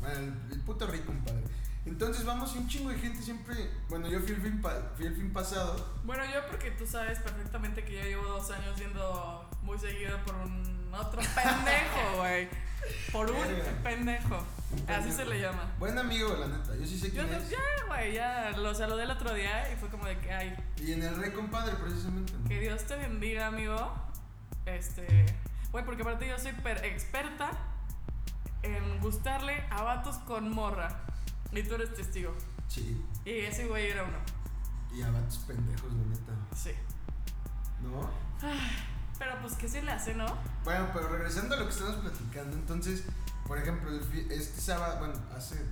Speaker 3: Bueno, el, el puto rico, compadre. Entonces vamos y un chingo de gente siempre. Bueno, yo fui el fin, pa- fui el fin pasado.
Speaker 4: Bueno, yo porque tú sabes perfectamente que yo llevo dos años yendo muy seguido por un otro pendejo, güey. Por un
Speaker 3: Verga.
Speaker 4: pendejo. Así se le llama.
Speaker 3: Buen amigo, la neta. Yo sí sé
Speaker 4: Yo
Speaker 3: quién es.
Speaker 4: ya, güey, ya lo saludé el otro día y fue como de que, ay,
Speaker 3: Y en el rey, compadre, precisamente. ¿no?
Speaker 4: que Dios te bendiga, amigo. Este, güey, porque aparte yo soy per- experta en gustarle a vatos con morra. Y tú eres testigo.
Speaker 3: Sí.
Speaker 4: Y ese güey era uno.
Speaker 3: Y a vatos pendejos, la neta.
Speaker 4: Sí.
Speaker 3: ¿No?
Speaker 4: Pero pues, ¿qué se le hace, no?
Speaker 3: Bueno, pero regresando a lo que estamos platicando, entonces, por ejemplo, el fi- este sábado, bueno, hace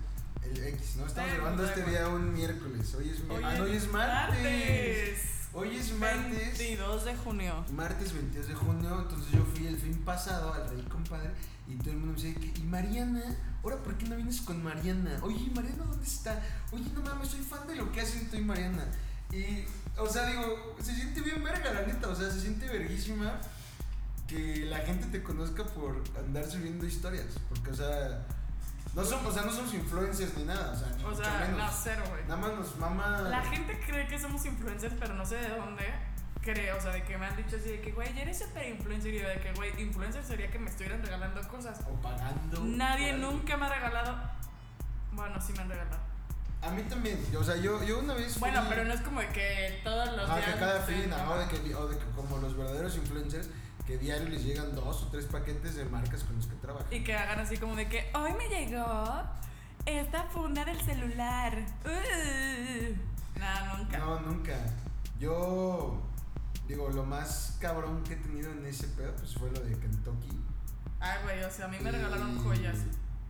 Speaker 3: el X, ¿no? Estamos
Speaker 4: Sí,
Speaker 3: grabando
Speaker 4: da
Speaker 3: este
Speaker 4: igual.
Speaker 3: día un miércoles. Hoy es, mi- ah, no, hoy es martes.
Speaker 4: martes.
Speaker 3: Hoy es martes.
Speaker 4: 22 de junio.
Speaker 3: Martes 22 de junio, entonces yo fui el fin pasado al Rey Compadre y todo el mundo me dice que, ¿y Mariana? ¿Ahora por qué no vienes con Mariana? Oye, ¿Mariana dónde está? Oye, no mames, soy fan de lo que hacen tú y Mariana. Y, o sea, digo, se siente bien verga, la neta, o sea, se siente verguísima que la gente te conozca por andar subiendo historias, porque, o sea, no somos, o sea, no somos influencers ni nada, o sea, ni
Speaker 4: O
Speaker 3: mucho
Speaker 4: sea,
Speaker 3: menos.
Speaker 4: no, cero, güey.
Speaker 3: Nada más nos mama...
Speaker 4: La gente cree que somos influencers, pero no sé de dónde creo. O sea, de que me han dicho así de que, güey, ya eres super influencer. Y yo de que, güey, influencer sería que me estuvieran regalando cosas.
Speaker 3: O pagando.
Speaker 4: Nadie
Speaker 3: por algo.
Speaker 4: nunca me ha regalado. Bueno, sí me han regalado.
Speaker 3: A mí también, o sea, yo, yo una vez...
Speaker 4: Bueno,
Speaker 3: fui-
Speaker 4: pero no es como de que todos los
Speaker 3: Ah,
Speaker 4: días.
Speaker 3: que cada
Speaker 4: me
Speaker 3: fin,
Speaker 4: estén-
Speaker 3: ah, o de que, o de que como los verdaderos influencers, que diario les llegan dos o tres paquetes de marcas con los que trabajan.
Speaker 4: Y que hagan así como de que hoy me llegó esta funda del celular. Uh. Nada, nunca.
Speaker 3: No, nunca. Yo, digo, lo más cabrón que he tenido en ese pedo, pues fue lo de Kentucky.
Speaker 4: Ay, güey, o sea, a mí me
Speaker 3: Y-
Speaker 4: regalaron joyas.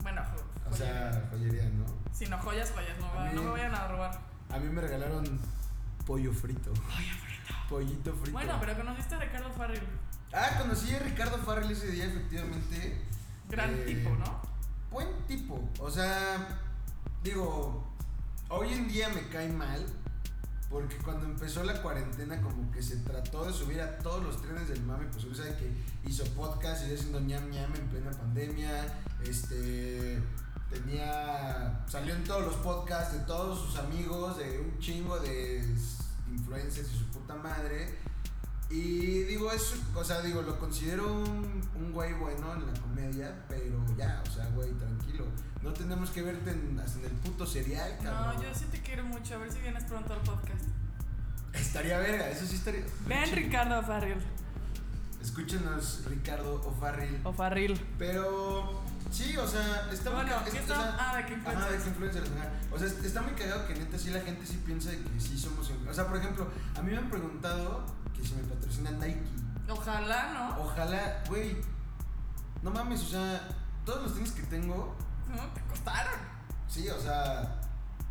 Speaker 4: Bueno, jo-
Speaker 3: O
Speaker 4: joyería.
Speaker 3: sea, joyería, ¿no?
Speaker 4: Si no joyas, joyas, no,
Speaker 3: a
Speaker 4: va-
Speaker 3: mí-
Speaker 4: no me vayan a robar.
Speaker 3: A mí me regalaron pollo frito. Pollo frito. Pollito frito.
Speaker 4: Bueno, pero conociste a Ricardo Farrell.
Speaker 3: Ah, conocí a Ricardo Farrell ese día, efectivamente.
Speaker 4: Gran
Speaker 3: Eh,
Speaker 4: tipo, ¿no?
Speaker 3: buen tipo. O sea, digo, hoy en día me cae mal. Porque cuando empezó la cuarentena, como que se trató de subir a todos los trenes del mame, pues sabe que hizo podcast, y haciendo ñam ñam en plena pandemia, este tenía. salió en todos los podcasts de todos sus amigos, de un chingo de s- influencers y su puta madre. Y digo, eso, o sea, digo, lo considero un, un güey bueno en la comedia, pero ya, o sea, güey, tranquilo. No tenemos que verte en, hasta en el puto serial, cabrón.
Speaker 4: No, yo sí te quiero mucho. A ver si vienes pronto al podcast.
Speaker 3: Estaría verga, eso sí estaría.
Speaker 4: Ven, Ricardo Farrell.
Speaker 3: Escúchenos, Ricardo O'Farrill.
Speaker 4: O Farrell.
Speaker 3: Pero sí, o sea, está muy
Speaker 4: Bueno,
Speaker 3: ca- es-
Speaker 4: ¿qué
Speaker 3: o
Speaker 4: está-
Speaker 3: sea,
Speaker 4: ah, de
Speaker 3: Ajá, de
Speaker 4: qué influencers.
Speaker 3: qué influencers, ajá. O sea, es- está muy cagado que neta sí la gente sí piensa de que sí somos. influ- O sea, por ejemplo, a mí me han preguntado que si me patrocina Nike.
Speaker 4: Ojalá,
Speaker 3: Oh.
Speaker 4: ¿no?
Speaker 3: Ojalá, güey. No mames, o sea, todos los tenis que tengo,
Speaker 4: No, te costaron.
Speaker 3: sí, o sea,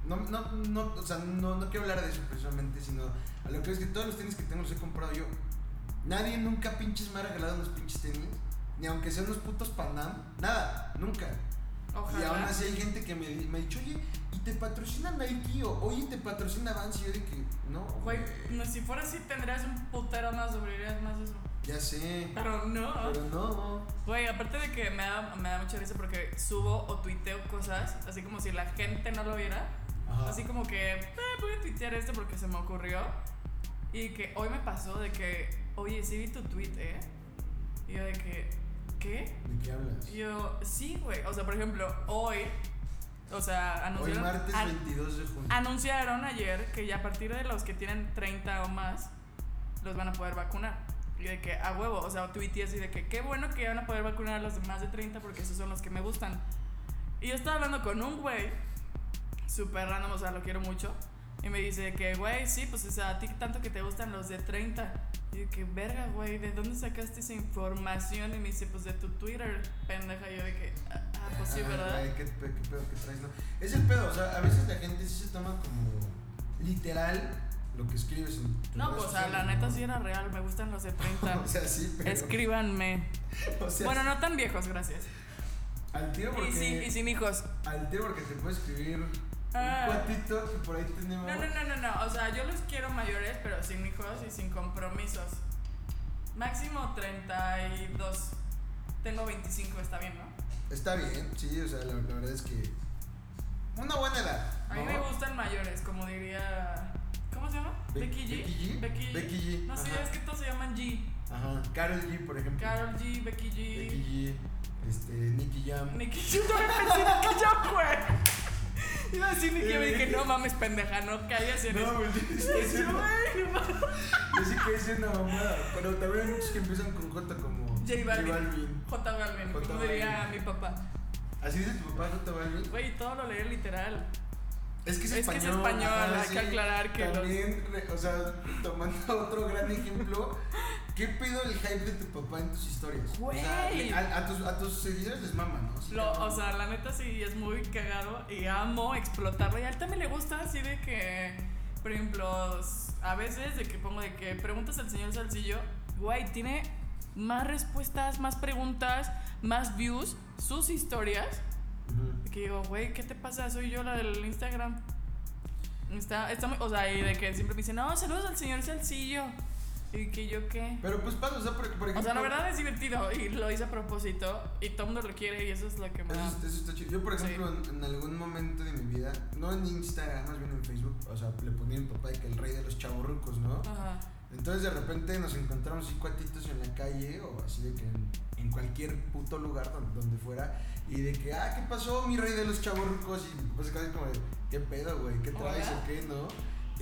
Speaker 3: no, no, no, o sea, no, no quiero hablar de eso precisamente, sino a lo que es que todos los tenis que tengo los he comprado yo. Nadie nunca pinches me ha regalado unos pinches tenis, ni aunque sean unos putos Panam, nada, nunca. Y aún
Speaker 4: Ojalá.
Speaker 3: así hay gente que me, me ha dicho, oye, ¿y te patrocina Nike? O, oye, ¿te patrocina Vans? Y yo de que, no,
Speaker 4: Güey, no, si fuera así tendrías un putero más, sobrevivirías más de eso.
Speaker 3: ya sé,
Speaker 4: Pero no.
Speaker 3: pero no.
Speaker 4: Güey, aparte de que me da, me da mucha risa porque subo o tuiteo cosas, así como si la gente no lo viera.
Speaker 3: Ajá.
Speaker 4: Así como que, eh, voy a tuitear esto porque se me ocurrió. Y que hoy me pasó de que, oye, sí vi tu tweet, ¿eh? Y yo de que, ¿qué?
Speaker 3: ¿De qué hablas?
Speaker 4: Y yo, sí, güey. O sea, por ejemplo, hoy, o sea,
Speaker 3: Hoy
Speaker 4: anunciaron,
Speaker 3: martes
Speaker 4: an-
Speaker 3: 22 de junio.
Speaker 4: Ah, anunciaron ayer que ya a partir de los que tienen 30 o más, los van a poder vacunar. Y de que a huevo, o sea, tuiteé así de que qué bueno que ya van a poder vacunar a los de más de 30 porque esos son los que me gustan. Y yo estaba hablando con un güey, súper random, o sea, lo quiero mucho. Y me dice que, güey, sí, pues o sea, a ti tanto que te gustan los de 30. Y yo, que verga, güey, ¿de dónde sacaste esa información? Y me dice, pues de tu Twitter, pendeja. Y yo de que, ah, ah, pues sí,
Speaker 3: Ay,
Speaker 4: ¿verdad?
Speaker 3: güey, ¿qué, pe- qué pedo que traes, no? Es el pedo, o sea, a veces la gente sí se toma como literal lo que escribes en tu
Speaker 4: No,
Speaker 3: red
Speaker 4: pues o sea,
Speaker 3: social,
Speaker 4: la
Speaker 3: ¿no?
Speaker 4: neta sí era real, me gustan los de 30.
Speaker 3: O sea, sí, pero.
Speaker 4: Escríbanme.
Speaker 3: o sea,
Speaker 4: Bueno, no tan viejos, gracias.
Speaker 3: Al tiro porque.
Speaker 4: Y sin, y sin hijos.
Speaker 3: Al tiro porque te puede escribir
Speaker 4: Ah.
Speaker 3: un cuatito que por ahí tenemos.
Speaker 4: No, no, no, no, no. O sea, yo los quiero mayores, pero sin hijos y sin compromisos. Máximo 32. Tengo 25, está bien, ¿no?
Speaker 3: Está bien, sí, o sea, la, la verdad es que. Una buena edad.
Speaker 4: A mí
Speaker 3: ¿no?
Speaker 4: me gustan mayores, como diría. ¿Cómo se llama?
Speaker 3: Be-
Speaker 4: Becky G.
Speaker 3: Becky G.
Speaker 4: Becky G.
Speaker 3: Becky G,
Speaker 4: No sé,
Speaker 3: ajá.
Speaker 4: es que todos se llaman G.
Speaker 3: Ajá. Carol G, por ejemplo.
Speaker 4: Carol G, Becky G.
Speaker 3: Becky G, este, Nicky Jam.
Speaker 4: Nicky, yo también pensé en Nicky Jam, güey. Iba a decir Nicky Jam y dije, no mames, pendeja, no calles en
Speaker 3: Eh. No,
Speaker 4: eso.
Speaker 3: güey, estoy
Speaker 4: Y yo,
Speaker 3: diciendo-
Speaker 4: güey, no mames.
Speaker 3: yo sí que es una mamada. Pero también hay muchos que empiezan con J como
Speaker 4: J Balvin. J Balvin,
Speaker 3: J Balvin.
Speaker 4: como diría mi papá.
Speaker 3: Así dice tu papá J Balvin.
Speaker 4: Güey, todo lo leí literal.
Speaker 3: Es que es
Speaker 4: Es que
Speaker 3: español.
Speaker 4: es español,
Speaker 3: ajá,
Speaker 4: hay que aclarar que los-
Speaker 3: También, re- o sea, tomando otro gran ejemplo, ¿qué pedo el hype de tu papá en tus historias? O sea,
Speaker 4: Güey.
Speaker 3: a, a tus, a tus seguidores les mama, ¿no? Sí,
Speaker 4: Lo-
Speaker 3: les mama.
Speaker 4: o sea, la neta sí es muy cagado y amo explotarlo. Y a él también le gusta así de que, por ejemplo, s- a veces de que pongo de que preguntas al señor Salsillo, güey, tiene más respuestas, más preguntas, más views, sus historias.
Speaker 3: Ujú.
Speaker 4: Que digo, güey, ¿qué te pasa? Soy yo la del Instagram. Está, está muy, o sea, y de que siempre me dicen, no, saludos al señor Salsillo. Y que yo qué.
Speaker 3: Pero pues pasa, o sea, por, por ejemplo.
Speaker 4: O sea, la verdad es divertido y lo hice a propósito y todo el mundo lo quiere y eso es lo que me
Speaker 3: Eso,
Speaker 4: da.
Speaker 3: es- eso está chido. Yo, por ejemplo, en, en algún momento de mi vida, no en Instagram, más bien en Facebook, o sea, le ponía a mi papá de que el rey de los chavorrucos, ¿no?
Speaker 4: Ajá.
Speaker 3: Entonces de repente nos encontramos así cuatitos en la calle o así de que en, en cualquier puto lugar don- donde, fuera y de que, ah, ¿qué pasó mi rey de los chaburcos? Y pues casi como de, ¿qué pedo, güey? ¿Qué traes
Speaker 4: Hola.
Speaker 3: o qué, no?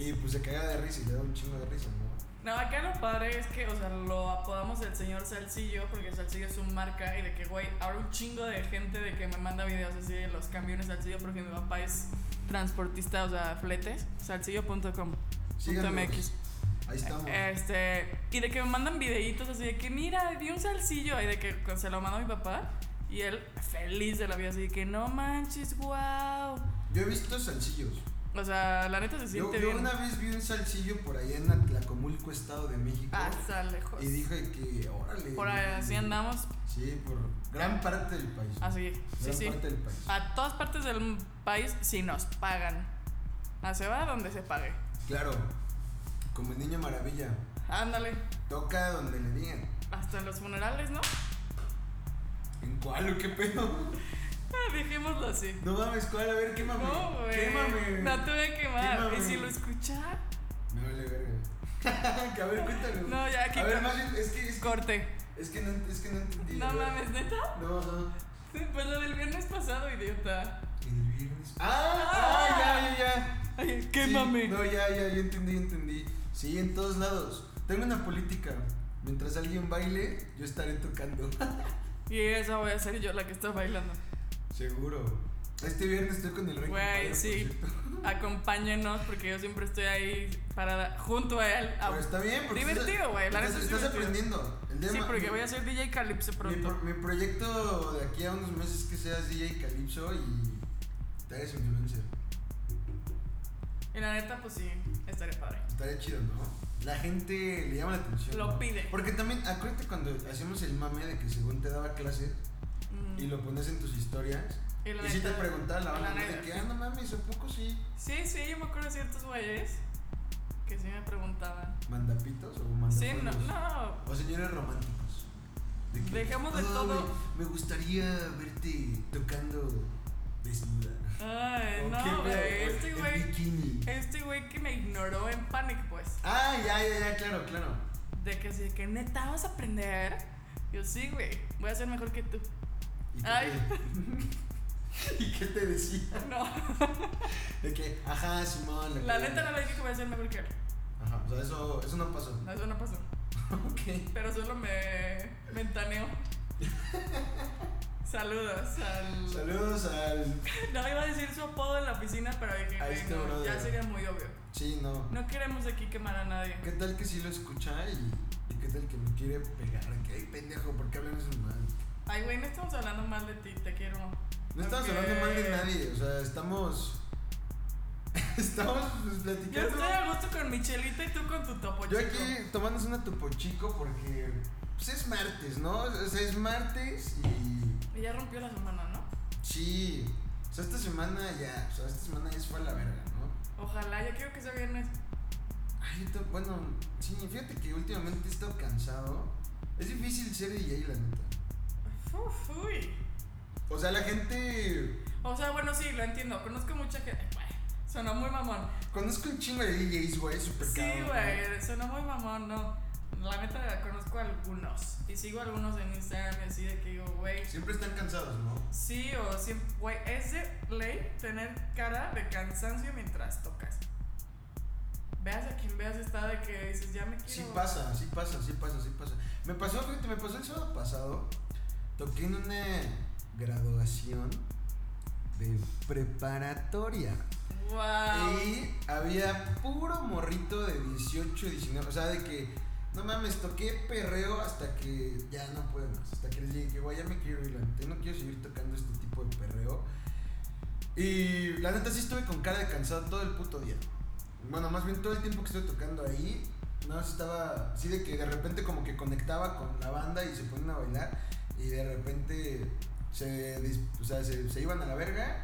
Speaker 3: Y pues se caga de risa y le da un chingo de risa, ¿no?
Speaker 4: No, acá lo padre es que, o sea, lo apodamos el señor Salsillo porque Salsillo es su marca y de que, güey, ahora un chingo de gente de que me manda videos así de los camiones Salsillo porque mi papá es transportista, o sea, fletes,
Speaker 3: Síganos.
Speaker 4: salsillo.com.mx.
Speaker 3: pues, Ahí estamos.
Speaker 4: Este, y de que me mandan videitos así de que, mira, vi un salsillo. Y de que se lo manda mi papá. Y él feliz de la vida, así de que, no manches, wow.
Speaker 3: Yo he visto salsillos.
Speaker 4: O sea, la neta se
Speaker 3: Yo,
Speaker 4: siente
Speaker 3: yo
Speaker 4: bien.
Speaker 3: una vez vi un salsillo por allá en Atlacomulco, Estado de México.
Speaker 4: Hasta Ah, lejos.
Speaker 3: y dije que, órale.
Speaker 4: Por ahí, así andamos,
Speaker 3: Sí, por gran parte del país.
Speaker 4: así. Ah, Sí,
Speaker 3: gran
Speaker 4: sí.
Speaker 3: parte del país.
Speaker 4: A todas partes del país, si nos pagan. A se va donde se pague.
Speaker 3: Claro, como el niño maravilla,
Speaker 4: Ándale,
Speaker 3: toca donde le digan.
Speaker 4: hasta en los funerales, ¿no?
Speaker 3: ¿En cuál o qué pedo?
Speaker 4: Ah, Dejémoslo así.
Speaker 3: No mames, cuál, a ver, quémame.
Speaker 4: No,
Speaker 3: Quémame.
Speaker 4: güey. No te voy a quemar.
Speaker 3: Quémame.
Speaker 4: Y si lo escuchas,
Speaker 3: Me vale verga. que a ver, cuéntame.
Speaker 4: No, ya, aquí
Speaker 3: A ver,
Speaker 4: con-
Speaker 3: más bien, es que, es,
Speaker 4: corte.
Speaker 3: es que, no, es que no entendí.
Speaker 4: No
Speaker 3: güey.
Speaker 4: mames, neta.
Speaker 3: No, no.
Speaker 4: Pues lo del viernes pasado, idiota.
Speaker 3: El viernes. ¡Ah! ¡Ah! Ya, ya, ya.
Speaker 4: Ay,
Speaker 3: Sí,
Speaker 4: quémame.
Speaker 3: no, ya, ya, yo entendí, yo entendí. Sí, en todos lados. Tengo una política. Mientras alguien baile, yo estaré tocando.
Speaker 4: Y esa voy a ser yo la que está bailando.
Speaker 3: Seguro. Este viernes estoy con el rey.
Speaker 4: Güey,
Speaker 3: compadre, por
Speaker 4: sí.
Speaker 3: cierto.
Speaker 4: Acompáñenos porque yo siempre estoy ahí parada junto a él. Ah,
Speaker 3: Pero está bien, porque
Speaker 4: divertido, güey, la
Speaker 3: estás,
Speaker 4: neta es
Speaker 3: estás
Speaker 4: divertido.
Speaker 3: aprendiendo. El día
Speaker 4: Sí,
Speaker 3: ma-
Speaker 4: porque
Speaker 3: mi-
Speaker 4: voy a ser DJ Calypso
Speaker 3: mi,
Speaker 4: pronto.
Speaker 3: pro- mi proyecto de aquí a unos meses es que seas DJ Calypso y te hagas influencer.
Speaker 4: Y la neta, pues sí, estaré padre.
Speaker 3: Estaría chido, ¿no? La gente le llama la atención.
Speaker 4: Lo
Speaker 3: ¿no?
Speaker 4: pide.
Speaker 3: Porque también, acuérdate cuando hacíamos el mame de que según te daba clases
Speaker 4: Mm.
Speaker 3: y lo pones en tus historias.
Speaker 4: Y la
Speaker 3: Y si te
Speaker 4: neta-
Speaker 3: preguntaba la
Speaker 4: la
Speaker 3: banda de
Speaker 4: neta.
Speaker 3: que, ah, no mames, ¿a poco sí?
Speaker 4: Sí, sí, yo me acuerdo de ciertos güeyes que sí me preguntaban.
Speaker 3: ¿Mandapitos o
Speaker 4: Sí,
Speaker 3: mandapitos?
Speaker 4: no, no.
Speaker 3: O señores románticos.
Speaker 4: Dejemos de
Speaker 3: "Ay,
Speaker 4: todo".
Speaker 3: Me gustaría verte tocando desnuda.
Speaker 4: Ay,
Speaker 3: ¿O Oh, qué
Speaker 4: Eh,
Speaker 3: pedo,
Speaker 4: no, güey. Este
Speaker 3: en
Speaker 4: güey.
Speaker 3: bikini.
Speaker 4: Este güey que me ignoró en Panic, pues.
Speaker 3: Ah, ya, ya, ya, claro, claro.
Speaker 4: De que sí, de que neta, vas a aprender. Yo sí, güey. Voy a ser mejor que tú.
Speaker 3: ¿Y qué,
Speaker 4: Ay.
Speaker 3: Te, ¿Y qué te decía?
Speaker 4: No,
Speaker 3: De que, ajá, Simón. lo
Speaker 4: la
Speaker 3: que-
Speaker 4: neta no le dije que voy a ser mejor que él.
Speaker 3: Ajá, o sea, eso, eso no pasó.
Speaker 4: No, eso no pasó.
Speaker 3: Ok.
Speaker 4: Pero solo me mentaneo. Saludos al.
Speaker 3: Saludos al.
Speaker 4: No iba a decir su apodo en la oficina, pero dije,
Speaker 3: A
Speaker 4: "Güey,
Speaker 3: este
Speaker 4: no,
Speaker 3: brother".
Speaker 4: ya sería muy obvio.
Speaker 3: Sí, no.
Speaker 4: No queremos aquí quemar a nadie.
Speaker 3: ¿Qué tal que sí lo escucha y, y qué tal que me quiere pegar? Que ay, pendejo, ¿por qué hablan eso mal?
Speaker 4: Ay, güey, no estamos hablando mal de ti, te quiero.
Speaker 3: No estamos
Speaker 4: Ok.
Speaker 3: hablando mal de nadie, o sea, estamos. Estamos pues,
Speaker 4: Yo
Speaker 3: platicando.
Speaker 4: estoy a gusto con Michelita y tú con tu topo
Speaker 3: Yo
Speaker 4: chico.
Speaker 3: aquí tomándose una topo chico porque pues, es martes, ¿no? O sea, es martes y.
Speaker 4: Y ya rompió la semana, ¿no?
Speaker 3: Sí. O sea, esta semana ya. O sea, esta semana ya se fue a la verga, ¿no?
Speaker 4: Ojalá, ya quiero que sea viernes.
Speaker 3: Ay, to- bueno, sí, fíjate que últimamente he estado cansado. Es difícil ser DJ, la neta.
Speaker 4: Uf, uy.
Speaker 3: O sea, la gente.
Speaker 4: O sea, bueno, sí, lo entiendo. Conozco mucha gente. Ay, güey, Sonó muy mamón.
Speaker 3: Conozco un chingo de DJs, güey, súper
Speaker 4: Sí,
Speaker 3: cabrón,
Speaker 4: güey, sonó muy mamón, no. La neta, conozco algunos. Y sigo algunos en Instagram y así de que digo, güey.
Speaker 3: Siempre están cansados, ¿no?
Speaker 4: Sí, o siempre. Güey, es de ley tener cara de cansancio mientras tocas. Veas a quien veas, está de que dices, ya me quiero.
Speaker 3: Sí pasa, sí pasa, sí pasa, sí pasa. Me pasó, fíjate, me pasó el sábado pasado. Toqué en una graduación de preparatoria.
Speaker 4: ¡Wow!
Speaker 3: Y había puro morrito de 18, 19. O sea, de que, no mames, toqué perreo hasta que ya no puedo más. Hasta que les dije que, güey, ya me quiero ir, la neta, no quiero seguir tocando este tipo de perreo. Y la neta sí estuve con cara de cansado todo el puto día. Bueno, más bien todo el tiempo que estuve tocando ahí, no estaba así de que de repente como que conectaba con la banda y se ponían a bailar y de repente se, dis- o sea, se, se iban a la verga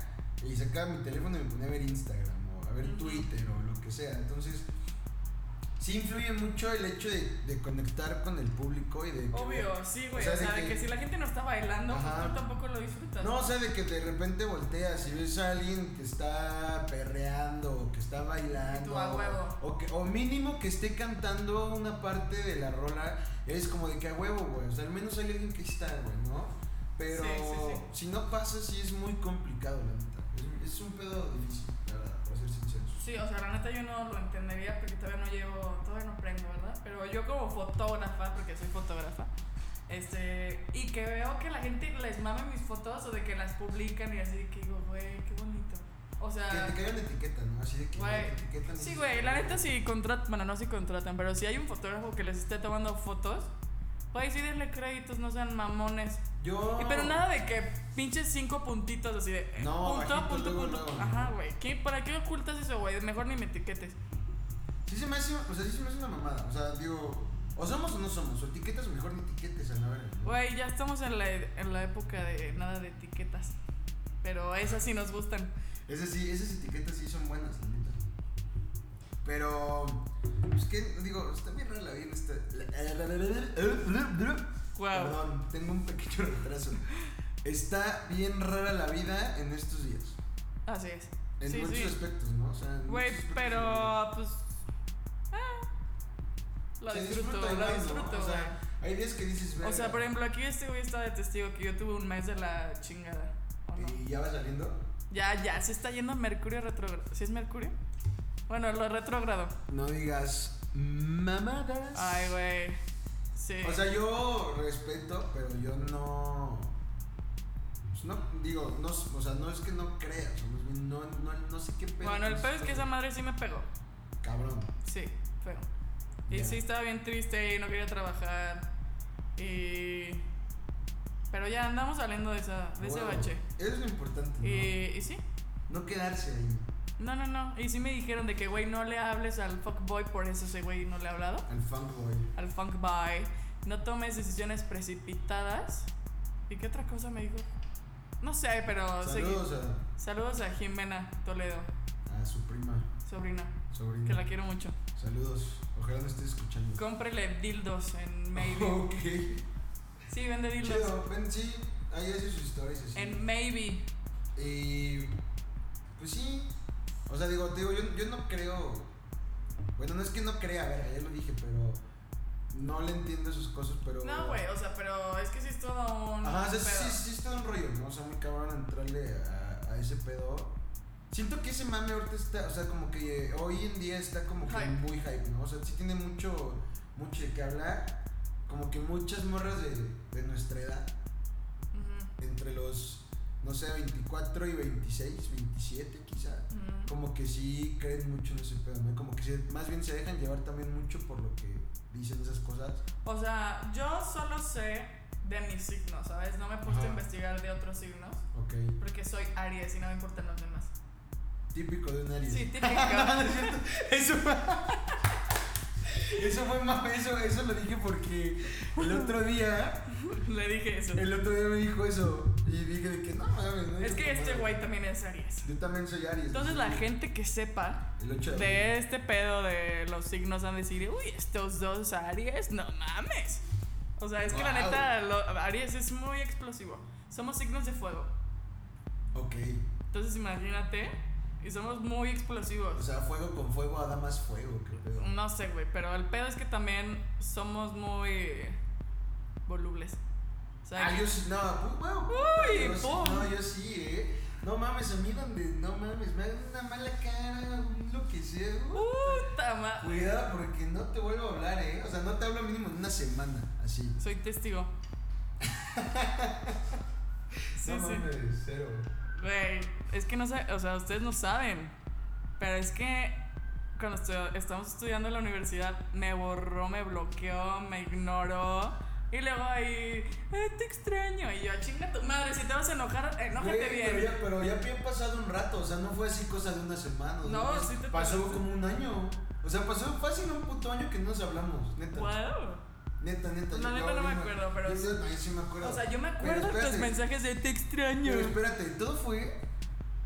Speaker 3: y sacaba mi teléfono y me ponía a ver Instagram o a ver
Speaker 4: Ujú.
Speaker 3: Twitter o lo que sea. Entonces, sí influye mucho el hecho de, de conectar con el público y de... que-
Speaker 4: Obvio, sí, güey.
Speaker 3: O sea,
Speaker 4: O sea, de que si la gente no está bailando,
Speaker 3: Ajá.
Speaker 4: pues tú tampoco lo disfrutas.
Speaker 3: No, o sea, de que de repente volteas y ves a alguien que está perreando o que está bailando.
Speaker 4: Y tú, "A huevo".
Speaker 3: O, que- o mínimo que esté cantando una parte de la rola. Es como de que a huevo, güey. O sea, al menos hay alguien que está, güey, ¿no? Pero
Speaker 4: Sí, sí,
Speaker 3: si no pasa, sí es muy complicado, la neta. Es, es un pedo difícil, la verdad, para ser sinceros.
Speaker 4: Sí, o sea, la neta yo no lo entendería porque todavía no llevo, todavía no aprendo, ¿verdad? Pero yo como fotógrafa, porque soy fotógrafa, este, y que veo que la gente les mame mis fotos o de que las publican y así, que digo, güey, qué bonito. O
Speaker 3: Que
Speaker 4: sea,
Speaker 3: te caigan etiqueta, ¿no? Así de que
Speaker 4: Güey.
Speaker 3: te etiquetan. y
Speaker 4: sí,
Speaker 3: dices,
Speaker 4: güey, la neta si contratan, bueno, no si contratan, pero si hay un fotógrafo que les esté tomando fotos, pues sí denle créditos, no sean mamones.
Speaker 3: Yo.
Speaker 4: Y Pero nada de que pinches cinco puntitos así de eh,
Speaker 3: No,
Speaker 4: punto,
Speaker 3: bajito,
Speaker 4: punto,
Speaker 3: luego,
Speaker 4: punto.
Speaker 3: luego.
Speaker 4: Ajá, güey. ¿Qué- ¿Para qué ocultas eso, güey? Mejor ni me etiquetes.
Speaker 3: Sí se me hace, o sea, sí se me hace una mamada. O sea, digo, o somos o no somos. O etiquetas o mejor ni etiquetes, a la verga. ¿no?
Speaker 4: Güey, ya estamos en la, e, en la época de nada de etiquetas. Pero esas sí nos gustan.
Speaker 3: Esas sí, esas etiquetas sí son buenas, la neta. Pero, pues que, digo, está bien rara la vida. Está...
Speaker 4: Wow.
Speaker 3: Perdón, tengo un pequeño retraso. Está bien rara la vida en estos días.
Speaker 4: Así es.
Speaker 3: En
Speaker 4: Sí,
Speaker 3: muchos
Speaker 4: sí.
Speaker 3: aspectos, ¿no? O sea, en
Speaker 4: Güey,
Speaker 3: muchos aspectos de la vida.
Speaker 4: pero pues. Ah, lo
Speaker 3: Se
Speaker 4: disfruto,
Speaker 3: disfruta
Speaker 4: lo
Speaker 3: igual, ¿no?
Speaker 4: disfruto,
Speaker 3: O
Speaker 4: güey.
Speaker 3: sea, hay días que dices,
Speaker 4: O sea,
Speaker 3: "Verga".
Speaker 4: por ejemplo, aquí este güey está de testigo que yo tuve un mes de la chingada. ¿o no?
Speaker 3: Y ya va saliendo.
Speaker 4: Ya, ya, se está yendo Mercurio retrógrado. ¿Sí es Mercurio? Bueno, lo retrógrado.
Speaker 3: No digas mamadas.
Speaker 4: Ay, güey. Sí.
Speaker 3: O sea, yo respeto, pero yo no. pues no, digo, no, o sea, no es que no creas, no, no, no sé qué pedo.
Speaker 4: bueno, el
Speaker 3: con
Speaker 4: peor es
Speaker 3: esto,
Speaker 4: que esa madre sí me pegó.
Speaker 3: Cabrón.
Speaker 4: Sí, feo. Y
Speaker 3: Ya.
Speaker 4: sí, estaba bien triste y no quería trabajar. Y. Pero ya andamos saliendo de, esa, de ese
Speaker 3: Wow.
Speaker 4: bache.
Speaker 3: Eso es lo importante. ¿no?
Speaker 4: Y, y sí.
Speaker 3: No quedarse ahí.
Speaker 4: No, no, no. Y sí me dijeron de que, güey, no le hables al fuckboy, por eso ese güey no le ha hablado.
Speaker 3: Al fanboy.
Speaker 4: Al fuckboy. No tomes decisiones precipitadas. ¿Y qué otra cosa me dijo? No sé, pero. seguí.
Speaker 3: Saludos a,
Speaker 4: Saludos a Jimena Toledo,
Speaker 3: a su prima,
Speaker 4: sobrina, que
Speaker 3: sobrina.
Speaker 4: la quiero mucho.
Speaker 3: Saludos. Ojalá no estés escuchando.
Speaker 4: Cómprele dildos en Maybe.
Speaker 3: Ok.
Speaker 4: Sí, vende dildos.
Speaker 3: Oh. Chido. Ven, sí. Ahí hace sus historias. así.
Speaker 4: En Maybe.
Speaker 3: Y pues sí. O sea, digo, te digo, yo, yo no creo. Bueno, no es que no crea, a ver, ya lo dije, pero no le entiendo esas cosas, pero.
Speaker 4: No, güey, o sea, pero es que sí es todo un.
Speaker 3: Ajá, o sea, sí,
Speaker 4: pedo.
Speaker 3: sí, sí está un rollo, ¿no? O sea, muy cabrón entrarle a, a ese pedo. Siento que ese mame ahorita está, o sea, como que eh, hoy en día está como que
Speaker 4: Hype.
Speaker 3: muy hype, ¿no? O sea, sí tiene mucho mucho de qué hablar. Como que muchas morras de, de nuestra edad,
Speaker 4: Ujú,
Speaker 3: entre los, no sé, 24 y 26, 27 quizá,
Speaker 4: ujú.
Speaker 3: como que sí creen mucho en ese pedo, ¿no? Como que se- más bien se dejan llevar también mucho por lo que dicen esas cosas.
Speaker 4: O sea, yo solo sé de mis signos, ¿sabes? No me he puesto a
Speaker 3: Ajá.
Speaker 4: investigar de otros signos
Speaker 3: Ok.
Speaker 4: porque soy Aries y no me importan los demás.
Speaker 3: Típico de un Aries. Ah,
Speaker 4: Sí, típico.
Speaker 3: No, no es cierto. Eso fue. Eso fue más. Eso, eso lo dije porque el otro día.
Speaker 4: Le dije eso.
Speaker 3: El otro día me dijo eso. Y dije de que no mames, no.
Speaker 4: Es que
Speaker 3: digas
Speaker 4: este
Speaker 3: mamadas.
Speaker 4: güey también es Aries.
Speaker 3: Yo también soy Aries.
Speaker 4: Entonces
Speaker 3: sí.
Speaker 4: la gente que sepa
Speaker 3: El 8 de abril.
Speaker 4: de este pedo de los signos han de decir, uy, estos dos Aries, no mames. O sea, es que la
Speaker 3: Wow.
Speaker 4: neta, lo- Aries es muy explosivo. Somos signos de fuego.
Speaker 3: Ok.
Speaker 4: Entonces imagínate, y somos muy explosivos.
Speaker 3: O sea, fuego con fuego ahora más fuego. Qué pedo.
Speaker 4: No sé, güey, pero el pedo es que también somos muy volubles. O sea,
Speaker 3: Ah, yo sí. No, pu- bueno,
Speaker 4: Uy,
Speaker 3: yo sí-
Speaker 4: pum.
Speaker 3: No, yo sí, eh. No mames, a mí donde. No mames, me hagan una mala cara, un lo que sea. uh,
Speaker 4: puta ma-
Speaker 3: Cuidado porque no te vuelvo a hablar, eh. O sea, no te hablo mínimo en una semana. Así.
Speaker 4: Soy testigo. sí,
Speaker 3: no
Speaker 4: sí.
Speaker 3: mames, cero.
Speaker 4: Güey, es que no sé, o sea, ustedes no saben. Pero es que cuando estu- estamos estudiando en la universidad, me borró, me bloqueó, me ignoró. Y luego ahí, "Ay, te extraño. Y yo, "Ah, chinga tu madre, si te vas a enojar, enójate
Speaker 3: Güey, Pero
Speaker 4: bien.
Speaker 3: ya, pero ya había pasado un rato, o sea, no fue así cosa de una semana. o
Speaker 4: No,
Speaker 3: sea,
Speaker 4: sí te
Speaker 3: Pasó
Speaker 4: pasaste.
Speaker 3: como un año. O sea, pasó fácil un puto año que no nos hablamos, neta.
Speaker 4: Wow.
Speaker 3: Neta, neta.
Speaker 4: La
Speaker 3: yo-
Speaker 4: neta no
Speaker 3: yo
Speaker 4: me acuerdo, pero-
Speaker 3: Yo, no, yo sí me acuerdo.
Speaker 4: O sea, yo me
Speaker 3: Pero
Speaker 4: acuerdo de los
Speaker 3: espérate,
Speaker 4: mensajes de te extraño.
Speaker 3: Pero espérate, todo fue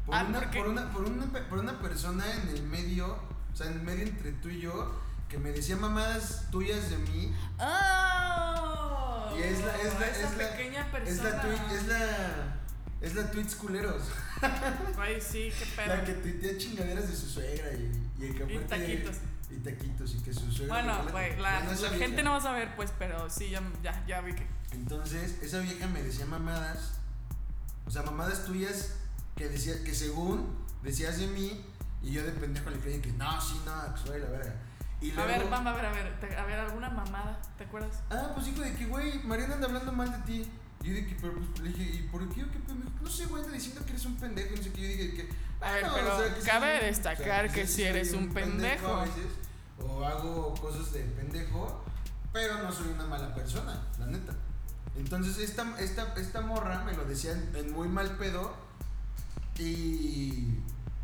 Speaker 3: por,
Speaker 4: Ah,
Speaker 3: una,
Speaker 4: porque-
Speaker 3: por, una, por, una, pe- por una persona en el medio, o sea, en el medio entre tú y yo, que me decía mamadas tuyas de mí.
Speaker 4: ¡Oh!
Speaker 3: Y es la, es la,
Speaker 4: Esa
Speaker 3: es la,
Speaker 4: pequeña
Speaker 3: es
Speaker 4: persona.
Speaker 3: la, tui- es la, es la tweets culeros.
Speaker 4: Ay, sí, qué pedo.
Speaker 3: La que tuitea chingaderas de su suegra y, y el que
Speaker 4: Y
Speaker 3: aparte-
Speaker 4: taquitos.
Speaker 3: Y taquitos y que su suegra.
Speaker 4: Bueno,
Speaker 3: que
Speaker 4: güey,
Speaker 3: ya
Speaker 4: la,
Speaker 3: no es
Speaker 4: la
Speaker 3: vieja.
Speaker 4: gente no va a saber, pues, pero sí, ya, ya, ya vi que.
Speaker 3: Entonces, esa vieja me decía mamadas. O sea, mamadas tuyas que decía, que según decías de mí, y yo de pendejo le creí que no, sí, no, que soy la verga. Y
Speaker 4: A
Speaker 3: luego,
Speaker 4: ver, vamos a ver, a ver, te- a ver, alguna mamada, ¿te acuerdas?
Speaker 3: Ah, pues hijo de que, güey, Mariana anda hablando mal de ti. Y yo de que, pero, pues, le dije, ¿y por qué? ¿Qué pedo?". Me dijo, No sé, güey, anda diciendo que eres un pendejo. y No sé qué. Yo dije que.
Speaker 4: A ver,
Speaker 3: "Ah, no,
Speaker 4: pero
Speaker 3: sí
Speaker 4: cabe
Speaker 3: soy un-
Speaker 4: destacar que
Speaker 3: sí
Speaker 4: sí
Speaker 3: soy
Speaker 4: eres un pendejo.
Speaker 3: a veces, o hago cosas de pendejo, pero no soy una mala persona, la neta. Entonces, esta, esta, esta morra me lo decía en, en muy mal pedo. Y.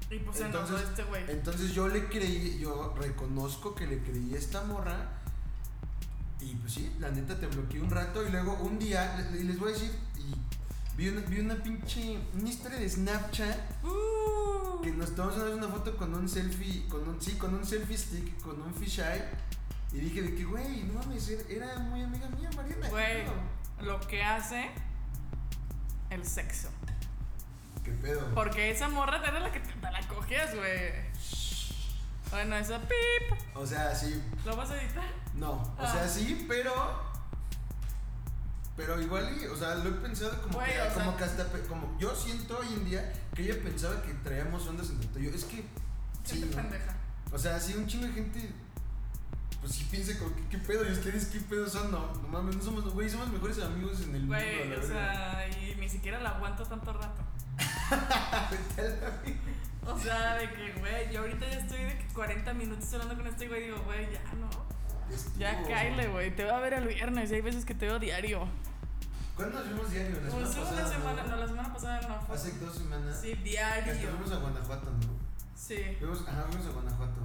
Speaker 4: Y pues se enojó
Speaker 3: Entonces-
Speaker 4: este güey.
Speaker 3: Entonces yo le creí, yo reconozco que le creí a esta morra. Y pues sí, la neta te bloqueé un rato. Y luego un día, le- y les voy a decir, y vi una, vi una pinche. Una historia de Snapchat
Speaker 4: Uh,
Speaker 3: que nos tomamos una vez una foto con un selfie, con un, sí, con un selfie stick, con un fisheye. Y dije de que, güey, no mames, era- era muy amiga mía, Mariana. ¿qué
Speaker 4: Güey.
Speaker 3: pedo?
Speaker 4: Lo que hace el sexo.
Speaker 3: ¿Qué pedo?
Speaker 4: Porque esa morra era la que te, te la cogías, güey. Bueno, esa pip.
Speaker 3: O sea, sí,
Speaker 4: ¿Lo vas a editar?
Speaker 3: no. O
Speaker 4: Ah.
Speaker 3: sea, sí, pero. Pero igual, y, o sea, lo he pensado como,
Speaker 4: Güey,
Speaker 3: que,
Speaker 4: o sea-
Speaker 3: como que hasta. pe- Como, yo siento hoy en día que ella pensaba que traíamos ondas entre tú y yo. Es que. Sí,
Speaker 4: Gente
Speaker 3: ¿no?
Speaker 4: pendeja.
Speaker 3: O sea, sí, un chingo de gente. Pues sí piensa como que qué pedo, y ustedes qué pedo son, no, no mames, no somos, güey, somos mejores amigos en el mundo.
Speaker 4: Güey,
Speaker 3: la
Speaker 4: o
Speaker 3: verdad.
Speaker 4: sea, y ni siquiera la aguanto tanto rato. O sea, de que, güey, yo ahorita ya estoy de que 40 minutos hablando con este güey y digo, güey, ya no. Ya cáile, güey, te va a ver el viernes y hay veces que te veo diario.
Speaker 3: ¿Cuándo nos vimos diario? La
Speaker 4: Pues
Speaker 3: semana
Speaker 4: una
Speaker 3: pasada,
Speaker 4: semana, no,
Speaker 3: ¿no?
Speaker 4: la semana pasada no fue.
Speaker 3: Hace dos semanas.
Speaker 4: Sí,
Speaker 3: Que hasta
Speaker 4: diario.
Speaker 3: fuimos a Guanajuato, ¿no?
Speaker 4: Sí,
Speaker 3: Fuimos, ajá, fuimos a Guanajuato.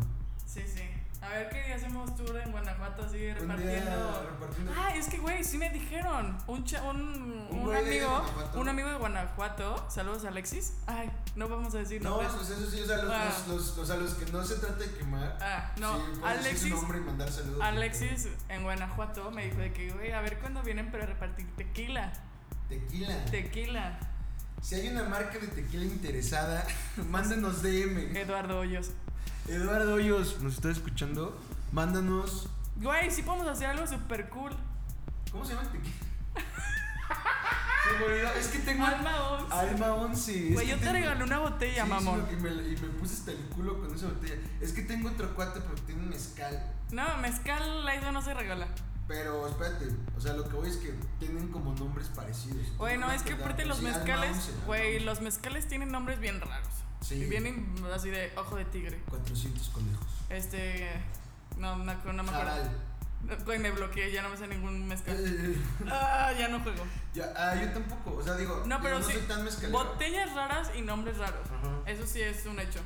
Speaker 4: sí, sí. A ver qué día hacemos tour en Guanajuato así
Speaker 3: Un día
Speaker 4: repartiendo.
Speaker 3: repartiendo.
Speaker 4: Ah, es que, güey, sí me dijeron. Un, cha- un, un
Speaker 3: güey de
Speaker 4: amigo,
Speaker 3: Guanajuato.
Speaker 4: un amigo de Guanajuato. Saludos, Alexis. Ay, no vamos a decir
Speaker 3: no,
Speaker 4: nombres.
Speaker 3: pues eso sí, o sea, los,
Speaker 4: Ah.
Speaker 3: los, los- los- a los que no se trata de quemar.
Speaker 4: Ah, no,
Speaker 3: sí, puedes decir su
Speaker 4: Alexis.
Speaker 3: nombre y mandar saludos.
Speaker 4: Alexis en Guanajuato me dijo de que, güey, a ver cuándo vienen para repartir tequila.
Speaker 3: Tequila.
Speaker 4: Tequila.
Speaker 3: si hay una marca de tequila interesada, mándanos DM.
Speaker 4: Eduardo Hoyos.
Speaker 3: Eduardo Hoyos, ¿nos estás escuchando? Mándanos.
Speaker 4: Güey, sí podemos hacer algo súper cool.
Speaker 3: ¿Cómo se llama el tequila? Se me olvidó, Es que tengo.
Speaker 4: Alma Oms.
Speaker 3: Alma 11.
Speaker 4: Güey, yo te regalé una botella, mamón.
Speaker 3: y, me, y me puse hasta el culo con esa botella. Es que tengo otro cuate, pero tiene un mezcal.
Speaker 4: No, mezcal, eso no se regala.
Speaker 3: Pero espérate, o sea, lo que voy es que tienen como nombres parecidos.
Speaker 4: Güey, no, es que aparte los
Speaker 3: Sí, Alma
Speaker 4: mezcales,
Speaker 3: Once, Alma
Speaker 4: güey,
Speaker 3: Once.
Speaker 4: los mezcales tienen nombres bien raros.
Speaker 3: Sí.
Speaker 4: Vienen así de ojo de tigre.
Speaker 3: 400 conejos.
Speaker 4: Este. No, no, no me acuerdo.
Speaker 3: Jaral.
Speaker 4: Güey, me bloqueé, ya no me sé ningún mezcal.
Speaker 3: Eh,
Speaker 4: Ah, ya no juego.
Speaker 3: ya, ah, yo tampoco, o sea, digo,
Speaker 4: No,
Speaker 3: digo,
Speaker 4: pero sí.
Speaker 3: soy tan mezcalero.
Speaker 4: Botellas raras y nombres raros.
Speaker 3: Ajá.
Speaker 4: Eso sí es un hecho.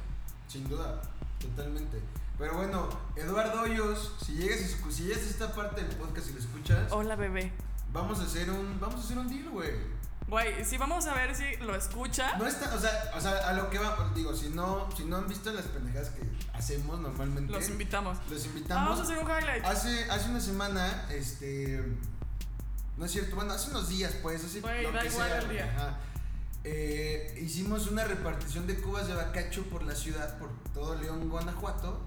Speaker 3: Sin duda, totalmente. Pero bueno, Eduardo Hoyos, si llegas, a escu- si llegas a esta parte del podcast y lo escuchas,
Speaker 4: Hola, bebé.
Speaker 3: vamos a hacer un, vamos a hacer un deal, güey.
Speaker 4: Güey, sí, vamos a ver si lo escucha.
Speaker 3: No está, o sea, o sea, a lo que va, digo, si no, si no han visto las pendejadas que hacemos normalmente,
Speaker 4: Los invitamos.
Speaker 3: los
Speaker 4: Ah,
Speaker 3: invitamos.
Speaker 4: vamos a hacer un highlight.
Speaker 3: Hace, hace una semana, este. No es cierto, bueno, hace unos días, pues, así.
Speaker 4: Güey, da igual el día.
Speaker 3: ajá. Eh, hicimos una repartición de cubas de bacacho por la ciudad, por todo León, Guanajuato.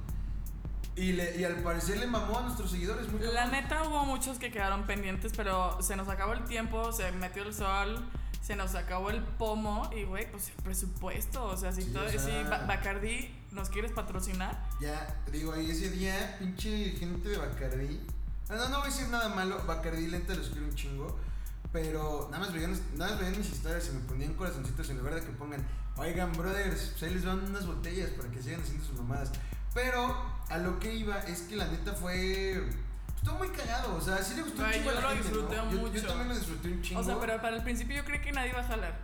Speaker 3: Y, le, y al parecer le mamó a nuestros seguidores muy
Speaker 4: La
Speaker 3: cabrón.
Speaker 4: neta hubo muchos que quedaron pendientes, pero se nos acabó el tiempo, se metió el sol, se nos acabó el pomo y güey, pues el presupuesto, o sea, si
Speaker 3: Sí,
Speaker 4: todo,
Speaker 3: o sea.
Speaker 4: si Ba- Bacardi nos quieres patrocinar,
Speaker 3: Ya, digo, ahí ese día, pinche gente de Bacardí. No, no, no voy a decir nada malo. Bacardí lenta los quiero un chingo. Pero nada más veían, nada más veían mis historias y me ponían corazoncitos en lugar de que pongan, oigan, brothers, pues ahí les van unas botellas para que sigan haciendo sus mamadas. Pero a lo que iba es que la neta fue. Estuvo muy cagado, o sea, sí le gustó
Speaker 4: Güey,
Speaker 3: un chingo.
Speaker 4: yo
Speaker 3: a la
Speaker 4: lo
Speaker 3: gente, ¿no?
Speaker 4: disfruté
Speaker 3: Yo- Yo,
Speaker 4: mucho.
Speaker 3: también lo disfruté un chingo.
Speaker 4: o sea, pero para el principio yo creo que nadie va a jalar.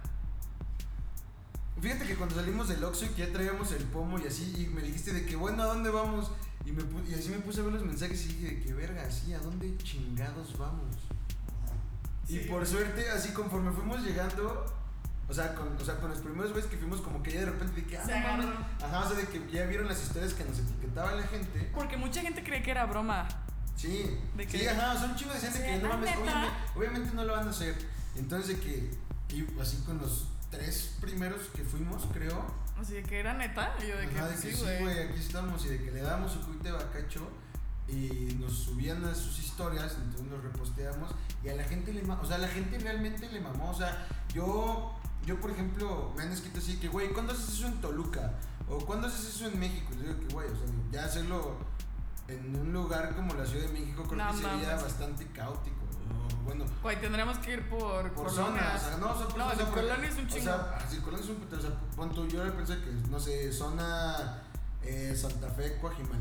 Speaker 3: Fíjate que cuando salimos del Oxxo y que ya traíamos el pomo y así, y me dijiste de que, bueno, ¿a dónde vamos? Y, me pu- y así me puse a ver los mensajes y dije de que, verga, sí, ¿a dónde chingados vamos? Y
Speaker 4: Sí.
Speaker 3: por suerte, así conforme fuimos llegando, o sea, con, o sea, con los primeros veces que fuimos, como que ya de repente de que, ah,
Speaker 4: Se
Speaker 3: no mames.
Speaker 4: agarró.
Speaker 3: Ajá, o sea, de que ya vieron las historias que nos etiquetaba la gente.
Speaker 4: Porque mucha gente cree que era broma.
Speaker 3: Sí,
Speaker 4: ¿De
Speaker 3: sí,
Speaker 4: qué?
Speaker 3: ajá, son chivos de gente
Speaker 4: Sí,
Speaker 3: que no
Speaker 4: ah,
Speaker 3: mames,
Speaker 4: ¿neta?
Speaker 3: obviamente, obviamente no lo van a hacer. Entonces, de que, y así con los tres primeros que fuimos, creo.
Speaker 4: O sea, que era neta. Y yo de
Speaker 3: Ajá,
Speaker 4: que pues
Speaker 3: de que
Speaker 4: sí,
Speaker 3: sí,
Speaker 4: güey.
Speaker 3: güey, aquí estamos y de que le damos su cuite bacacho y nos subían a sus historias, entonces nos reposteamos y a la gente le ma- o sea, a la gente realmente le mamó, o sea, yo yo por ejemplo, me han escrito así que, güey, ¿cuándo haces eso en Toluca? ¿O cuándo haces eso en México? Y yo digo que, güey, o sea, digo, ya hacerlo en un lugar como la Ciudad de México creo
Speaker 4: No
Speaker 3: que sería
Speaker 4: mames.
Speaker 3: bastante caótico. o Bueno,
Speaker 4: Güey, tendríamos que ir por,
Speaker 3: por
Speaker 4: colonias.
Speaker 3: zonas. o sea, no, o sea, por-
Speaker 4: No,
Speaker 3: o sea,
Speaker 4: de
Speaker 3: por-
Speaker 4: colonia es un
Speaker 3: O
Speaker 4: chingo.
Speaker 3: sea, así, colonia es un putero, O sea, pon tú, yo pensé que, no sé, zona eh, Santa Fe, Coajimal,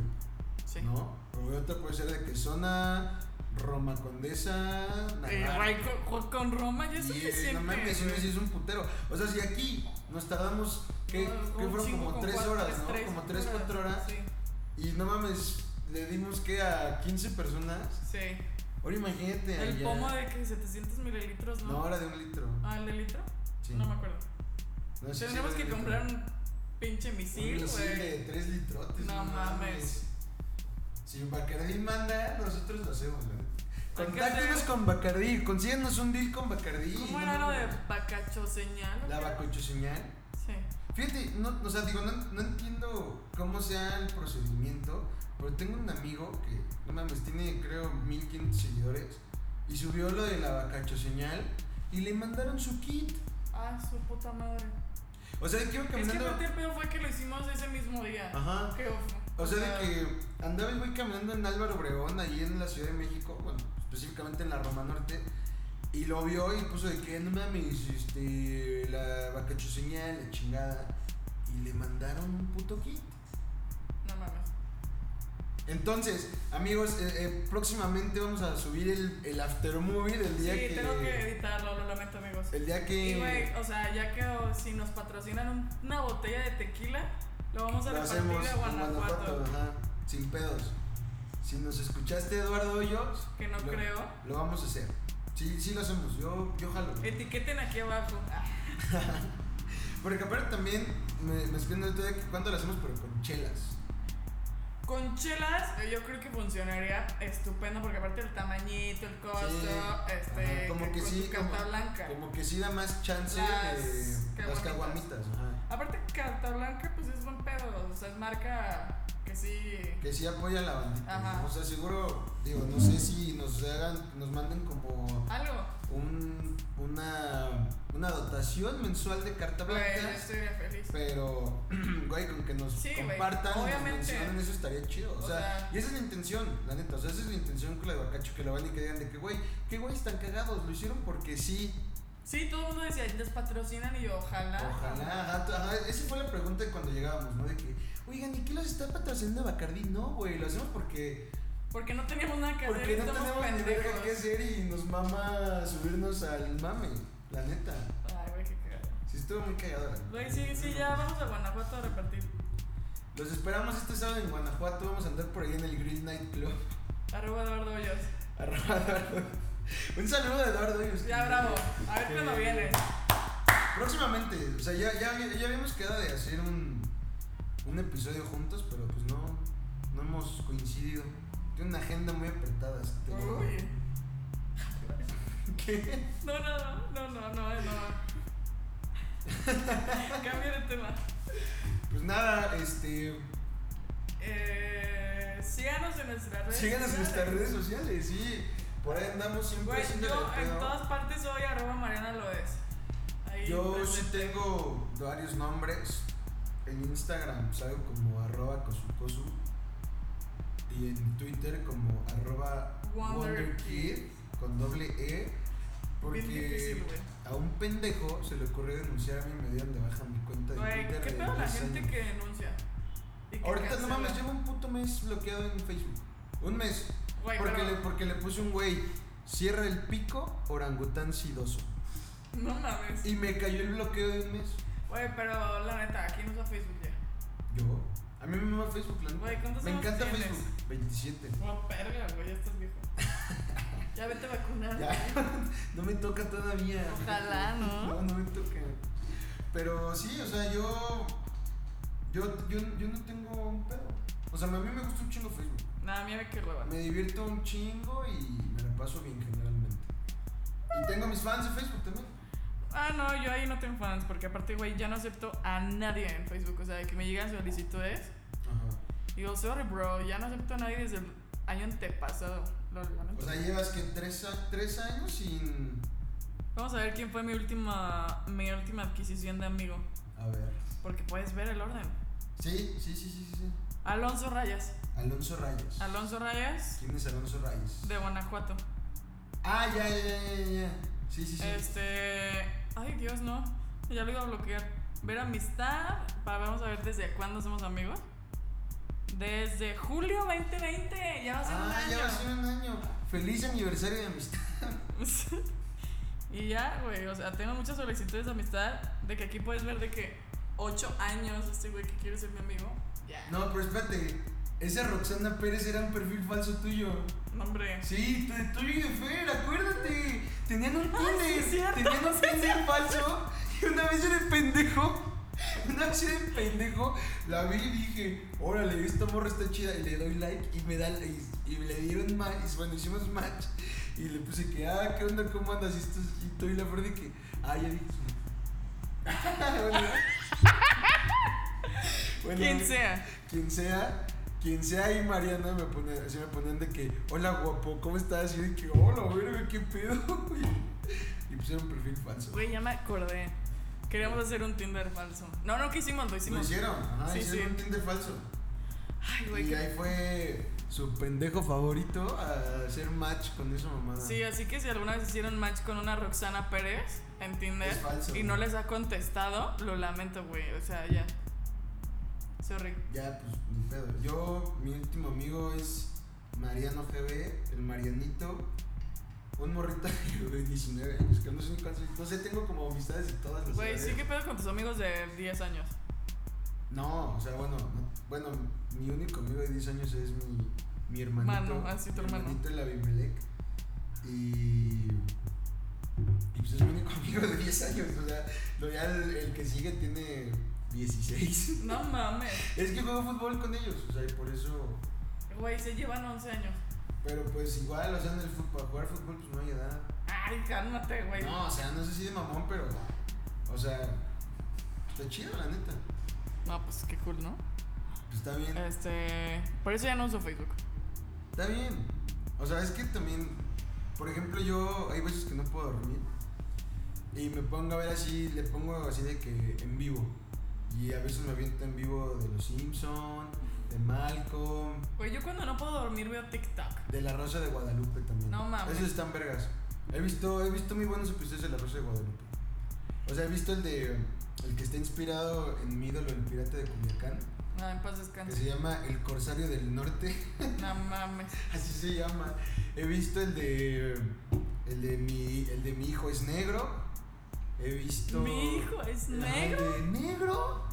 Speaker 4: sí.
Speaker 3: ¿no? Pero otra puede ser de que zona Roma Condesa,
Speaker 4: Eh,
Speaker 3: Navarra.
Speaker 4: güey, con, con Roma ya es
Speaker 3: Y, eh,
Speaker 4: suficiente.
Speaker 3: no mames, sí,
Speaker 4: güey.
Speaker 3: sí, es un putero. O sea, si aquí nos tardamos, ¿qué,
Speaker 4: No,
Speaker 3: qué
Speaker 4: un
Speaker 3: fueron?
Speaker 4: chingo,
Speaker 3: Como tres
Speaker 4: cuatro,
Speaker 3: horas,
Speaker 4: tres,
Speaker 3: ¿no?
Speaker 4: tres,
Speaker 3: como tres, cuatro horas.
Speaker 4: Sí,
Speaker 3: Y no mames, le dimos que a 15 personas.
Speaker 4: sí.
Speaker 3: Ahora imagínate.
Speaker 4: El
Speaker 3: allá.
Speaker 4: pomo de que 700 mililitros, ¿no?
Speaker 3: No, ahora de un litro.
Speaker 4: Ah, ¿el de litro?
Speaker 3: Sí.
Speaker 4: No me acuerdo.
Speaker 3: No sé si
Speaker 4: Tendríamos
Speaker 3: era de
Speaker 4: que
Speaker 3: litro.
Speaker 4: comprar un pinche misil,
Speaker 3: Un misil
Speaker 4: güey.
Speaker 3: de 3 litrotes.
Speaker 4: No mames.
Speaker 3: Si Bacardí manda, nosotros lo hacemos, la neta.
Speaker 4: Hay que
Speaker 3: Contáctenos
Speaker 4: hacer-
Speaker 3: con Bacardí, consíguenos un deal con Bacardí.
Speaker 4: ¿Cómo era lo de bacacho señal?
Speaker 3: La bacocho señal.
Speaker 4: Sí.
Speaker 3: Fíjate, no, o sea, digo, no, no entiendo cómo sea el procedimiento, pero tengo un amigo que, no mames, tiene creo 1500 seguidores y subió lo de la bacacho señal y le mandaron su kit.
Speaker 4: Ah, su puta madre.
Speaker 3: O sea, de que iba
Speaker 4: Es que
Speaker 3: caminando.
Speaker 4: aparte el pedo fue que lo hicimos ese mismo día.
Speaker 3: Ajá.
Speaker 4: Qué ojo.
Speaker 3: O sea, de que andaba el güey caminando en Álvaro Obregón, ahí en la Ciudad de México, bueno, específicamente en la Roma Norte, y lo vio y puso de que, no mames, este, la vacacho señal, la chingada, y le mandaron un puto kit.
Speaker 4: No mames.
Speaker 3: Entonces, amigos, eh, eh, próximamente vamos a subir el, el after movie del
Speaker 4: Sí,
Speaker 3: día que...
Speaker 4: tengo que editarlo, lo lamento, amigos.
Speaker 3: El día que...
Speaker 4: Y güey, o sea, ya quedó, si nos patrocinan un- una botella de tequila, lo vamos a
Speaker 3: lo
Speaker 4: repartir
Speaker 3: hacemos
Speaker 4: a
Speaker 3: en Guanajuato,
Speaker 4: Guanajuato.
Speaker 3: ajá, sin pedos. Si nos escuchaste, Eduardo Hoyos...
Speaker 4: Que no
Speaker 3: lo-
Speaker 4: creo.
Speaker 3: Lo vamos a hacer. Sí, sí lo hacemos. Yo, yo jalo.
Speaker 4: Etiqueten aquí abajo.
Speaker 3: Porque aparte también me, me escriben el otro día que cuánto lo hacemos, pero con chelas.
Speaker 4: Con chelas, eh, yo creo que funcionaría estupendo porque aparte el tamañito, el costo,
Speaker 3: Sí.
Speaker 4: este,
Speaker 3: Ajá, como que
Speaker 4: con
Speaker 3: sí.
Speaker 4: tu
Speaker 3: Como,
Speaker 4: carta blanca.
Speaker 3: como que sí da más chance
Speaker 4: Las
Speaker 3: de las
Speaker 4: caguamitas.
Speaker 3: caguamitas. ajá.
Speaker 4: Aparte carta blanca pues es buen pedo, o sea, es marca que sí.
Speaker 3: Que sí apoya la bandita.
Speaker 4: Ajá.
Speaker 3: ¿no? O sea, seguro, digo, no sé si nos hagan, nos manden como
Speaker 4: Algo.
Speaker 3: un, una, una dotación mensual de carta
Speaker 4: Güey, Pues, yo
Speaker 3: blanca.
Speaker 4: estuviera feliz.
Speaker 3: Pero, güey, con que nos
Speaker 4: Sí, güey,
Speaker 3: compartan, y nos
Speaker 4: obviamente.
Speaker 3: mencionen, eso estaría chido. O,
Speaker 4: O
Speaker 3: sea,
Speaker 4: sea-
Speaker 3: y esa es la intención, la neta. O sea, esa es la intención con la de Bacacho, que lo van y que digan de que, güey, qué güeyes tan cagados, lo hicieron porque sí.
Speaker 4: Sí, todo el mundo decía, les patrocinan y yo, ojalá.
Speaker 3: Ojalá, ajá, tú- ajá, Esa fue la pregunta de cuando llegábamos, ¿no? De que, oigan, ¿y qué los está patrocinando Bacardi? No, güey, lo hacemos porque,
Speaker 4: Porque no teníamos nada que hacer.
Speaker 3: porque no
Speaker 4: estamos
Speaker 3: tenemos ni
Speaker 4: pendejos.
Speaker 3: verga que hacer y nos mama subirnos al mame, la neta.
Speaker 4: Ay, güey, qué cagado.
Speaker 3: Sí, estuvo muy cagado.
Speaker 4: Güey, sí, sí, ya vamos a Guanajuato a repartir.
Speaker 3: Los esperamos este sábado en Guanajuato. Vamos a andar por ahí en el Green Night Club.
Speaker 4: Arroba Eduardo Hoyos.
Speaker 3: Arroba Eduardo. Un saludo de Eduardo. Hoyos.
Speaker 4: Ya, bravo. A ver cuándo viene.
Speaker 3: Próximamente, o sea, ya, ya, ya habíamos quedado de hacer un, un episodio juntos, pero pues no, no hemos coincidido. Tiene una agenda muy apretada. este tema.
Speaker 4: Uy.
Speaker 3: ¿Qué?
Speaker 4: No, no, no, no, no, no, eh, no. Cambia de tema.
Speaker 3: Pues nada, este.
Speaker 4: Eh, síganos en nuestras redes
Speaker 3: Síganos en nuestras
Speaker 4: sociales.
Speaker 3: redes sociales, sí. Por ahí andamos siempre
Speaker 4: Güey,
Speaker 3: haciéndole
Speaker 4: yo
Speaker 3: el
Speaker 4: en
Speaker 3: pedo.
Speaker 4: todas partes soy arroba Mariana Loes. Ahí
Speaker 3: Yo
Speaker 4: presente.
Speaker 3: sí tengo varios nombres. En Instagram salgo como arroba cosucosu. Y en Twitter como arroba
Speaker 4: Wonder
Speaker 3: wonderkid
Speaker 4: Kid.
Speaker 3: con doble E. Porque
Speaker 4: Bien difícil, güey.
Speaker 3: a un pendejo se le ocurrió denunciar a mí y me dieron de baja mi cuenta de
Speaker 4: Güey,
Speaker 3: Twitter.
Speaker 4: ¿qué
Speaker 3: de
Speaker 4: pedo la
Speaker 3: 10
Speaker 4: gente
Speaker 3: años.
Speaker 4: que denuncia? Y que
Speaker 3: Ahorita no
Speaker 4: cancela.
Speaker 3: mames, llevo un puto mes bloqueado en Facebook. Un mes.
Speaker 4: Güey,
Speaker 3: porque,
Speaker 4: pero-
Speaker 3: le, porque le puse un güey. Cierra el pico, orangután sidoso.
Speaker 4: No mames.
Speaker 3: Y me cayó el bloqueo de un mes.
Speaker 4: Güey, pero la neta, aquí no usa Facebook ya.
Speaker 3: Yo. A mí me mama Facebook, la neta.
Speaker 4: Güey, ¿cuántos
Speaker 3: Me
Speaker 4: años
Speaker 3: encanta
Speaker 4: tienes?
Speaker 3: Facebook. 27.
Speaker 4: No, perga, Oh, güey, ya estás viejo. ya vete a vacunar.
Speaker 3: Ya. no me toca todavía.
Speaker 4: Ojalá, ¿no?
Speaker 3: No, no me toca. Pero sí, o sea, yo. Yo, yo, yo no tengo un pedo. O sea, a mí me gusta un chingo Facebook.
Speaker 4: Nada, mira que hueva.
Speaker 3: Me divierto un chingo y me la paso bien generalmente. Y tengo mis fans de Facebook también.
Speaker 4: Ah, no, yo ahí no tengo fans, porque aparte, güey, ya no acepto a nadie en Facebook. O sea, de que me llegan solicitudes.
Speaker 3: Ajá.
Speaker 4: Digo, sorry, bro, ya no acepto a nadie desde el año antepasado. Lo lamento.
Speaker 3: O sea, llevas que tres, a- tres años sin.
Speaker 4: Vamos a ver quién fue mi última, mi última adquisición de amigo.
Speaker 3: A ver.
Speaker 4: Porque puedes ver el orden.
Speaker 3: Sí, sí, sí, sí, sí. sí.
Speaker 4: Alonso Rayas.
Speaker 3: Alonso Rayos.
Speaker 4: Alonso Rayas
Speaker 3: ¿Quién es Alonso Rayos?
Speaker 4: de Guanajuato.
Speaker 3: Ah, ya, ya, ya, ya, ya. Sí, sí, sí.
Speaker 4: Este. Ay, Dios, no. Ya lo iba a bloquear. Ver amistad. Para vamos a ver desde cuándo somos amigos. Desde julio 2020. Ya va a ser un
Speaker 3: ah,
Speaker 4: año.
Speaker 3: ya va a ser un año. Feliz aniversario de amistad.
Speaker 4: y ya, güey. O sea, tengo muchas solicitudes de amistad. De que aquí puedes ver de que 8 años este güey que quiere ser mi amigo. Ya.
Speaker 3: No, pero espérate. Esa Roxana Pérez era un perfil falso tuyo.
Speaker 4: No, hombre.
Speaker 3: Sí, tu- de tuyo y de Fer, acuérdate. Tenían un Tinder.
Speaker 4: Ah, es cierto,
Speaker 3: tenían un Tinder falso. Y una vez yo de pendejo. Una vez yo de pendejo. La vi y dije, órale, esta morra está chida. Y le doy like y me da y, y le dieron match. Bueno, hicimos match. Y le puse que, ah, ¿qué onda? ¿Cómo andas? Y, esto, y tú y la Fer de que, ah, ya vi. bueno, Bueno,
Speaker 4: Quien sea.
Speaker 3: quien sea, quien sea y Mariana me pone, así me ponen de que, hola guapo, ¿cómo estás? Y yo de que, hola, verga, qué pedo, güey. Y pusieron un perfil falso.
Speaker 4: Güey, ya me acordé. Queríamos hacer un Tinder falso. No, no, que hicimos, lo
Speaker 3: Lo
Speaker 4: hicimos.
Speaker 3: hicieron, ajá,
Speaker 4: Sí,
Speaker 3: hicieron
Speaker 4: sí.
Speaker 3: un Tinder falso.
Speaker 4: Ay, güey,
Speaker 3: Y
Speaker 4: qué
Speaker 3: ahí fue su pendejo favorito a hacer match con esa mamada.
Speaker 4: Sí, así que si alguna vez hicieron match con una Roxana Pérez en Tinder
Speaker 3: Es falso,
Speaker 4: y
Speaker 3: ¿no?
Speaker 4: no les ha contestado, lo lamento, güey. O sea, ya. Sorry.
Speaker 3: Ya, pues, ni pedo. Yo, mi último amigo es Mariano GB, el Marianito. Un morrito de 19 años, que no sé ni cuántos. No sé, tengo como amistades de todas las
Speaker 4: Güey,
Speaker 3: edades.
Speaker 4: sí que pedo con tus amigos de 10 años.
Speaker 3: No, o sea, bueno, no- bueno, mi único amigo de 10 años es mi, mi hermanito.
Speaker 4: Mano, ah, sí, tu
Speaker 3: mi
Speaker 4: hermano.
Speaker 3: hermanito el Abimelec. Y. Y pues es mi único amigo de 10 años. O sea, lo- ya el, el que sigue tiene 16.
Speaker 4: No mames.
Speaker 3: Es que juego fútbol con ellos, o sea, y por eso.
Speaker 4: Güey, se llevan 11 años.
Speaker 3: Pero pues igual, o sea, en el fútbol, para jugar fútbol pues no hay edad.
Speaker 4: Ay, cálmate, güey.
Speaker 3: No, o sea, no sé si de mamón, pero. O sea, está chido, la neta.
Speaker 4: No, pues qué cool, ¿no?
Speaker 3: Pues está bien.
Speaker 4: Este. Por eso ya no uso Facebook.
Speaker 3: Está bien. O sea, es que también, por ejemplo, yo hay veces que no puedo dormir. Y me pongo a ver así, le pongo así de que en vivo. Y a veces me aviento en vivo de Los Simpson, de Malcolm,
Speaker 4: Güey, yo cuando no puedo dormir veo TikTok.
Speaker 3: de La Rosa de Guadalupe también.
Speaker 4: No mames.
Speaker 3: Esos están vergas. He visto, he visto muy buenos episodios de La Rosa de Guadalupe. O sea, he visto el de el que está inspirado en mi ídolo, el pirata de Culiacán,
Speaker 4: No, en paz
Speaker 3: que
Speaker 4: descanse.
Speaker 3: se llama El Corsario del Norte.
Speaker 4: No mames.
Speaker 3: Así se llama. He visto el de el de mi el de mi hijo es negro. He visto
Speaker 4: Mi hijo es
Speaker 3: Ajá,
Speaker 4: negro.
Speaker 3: el de negro.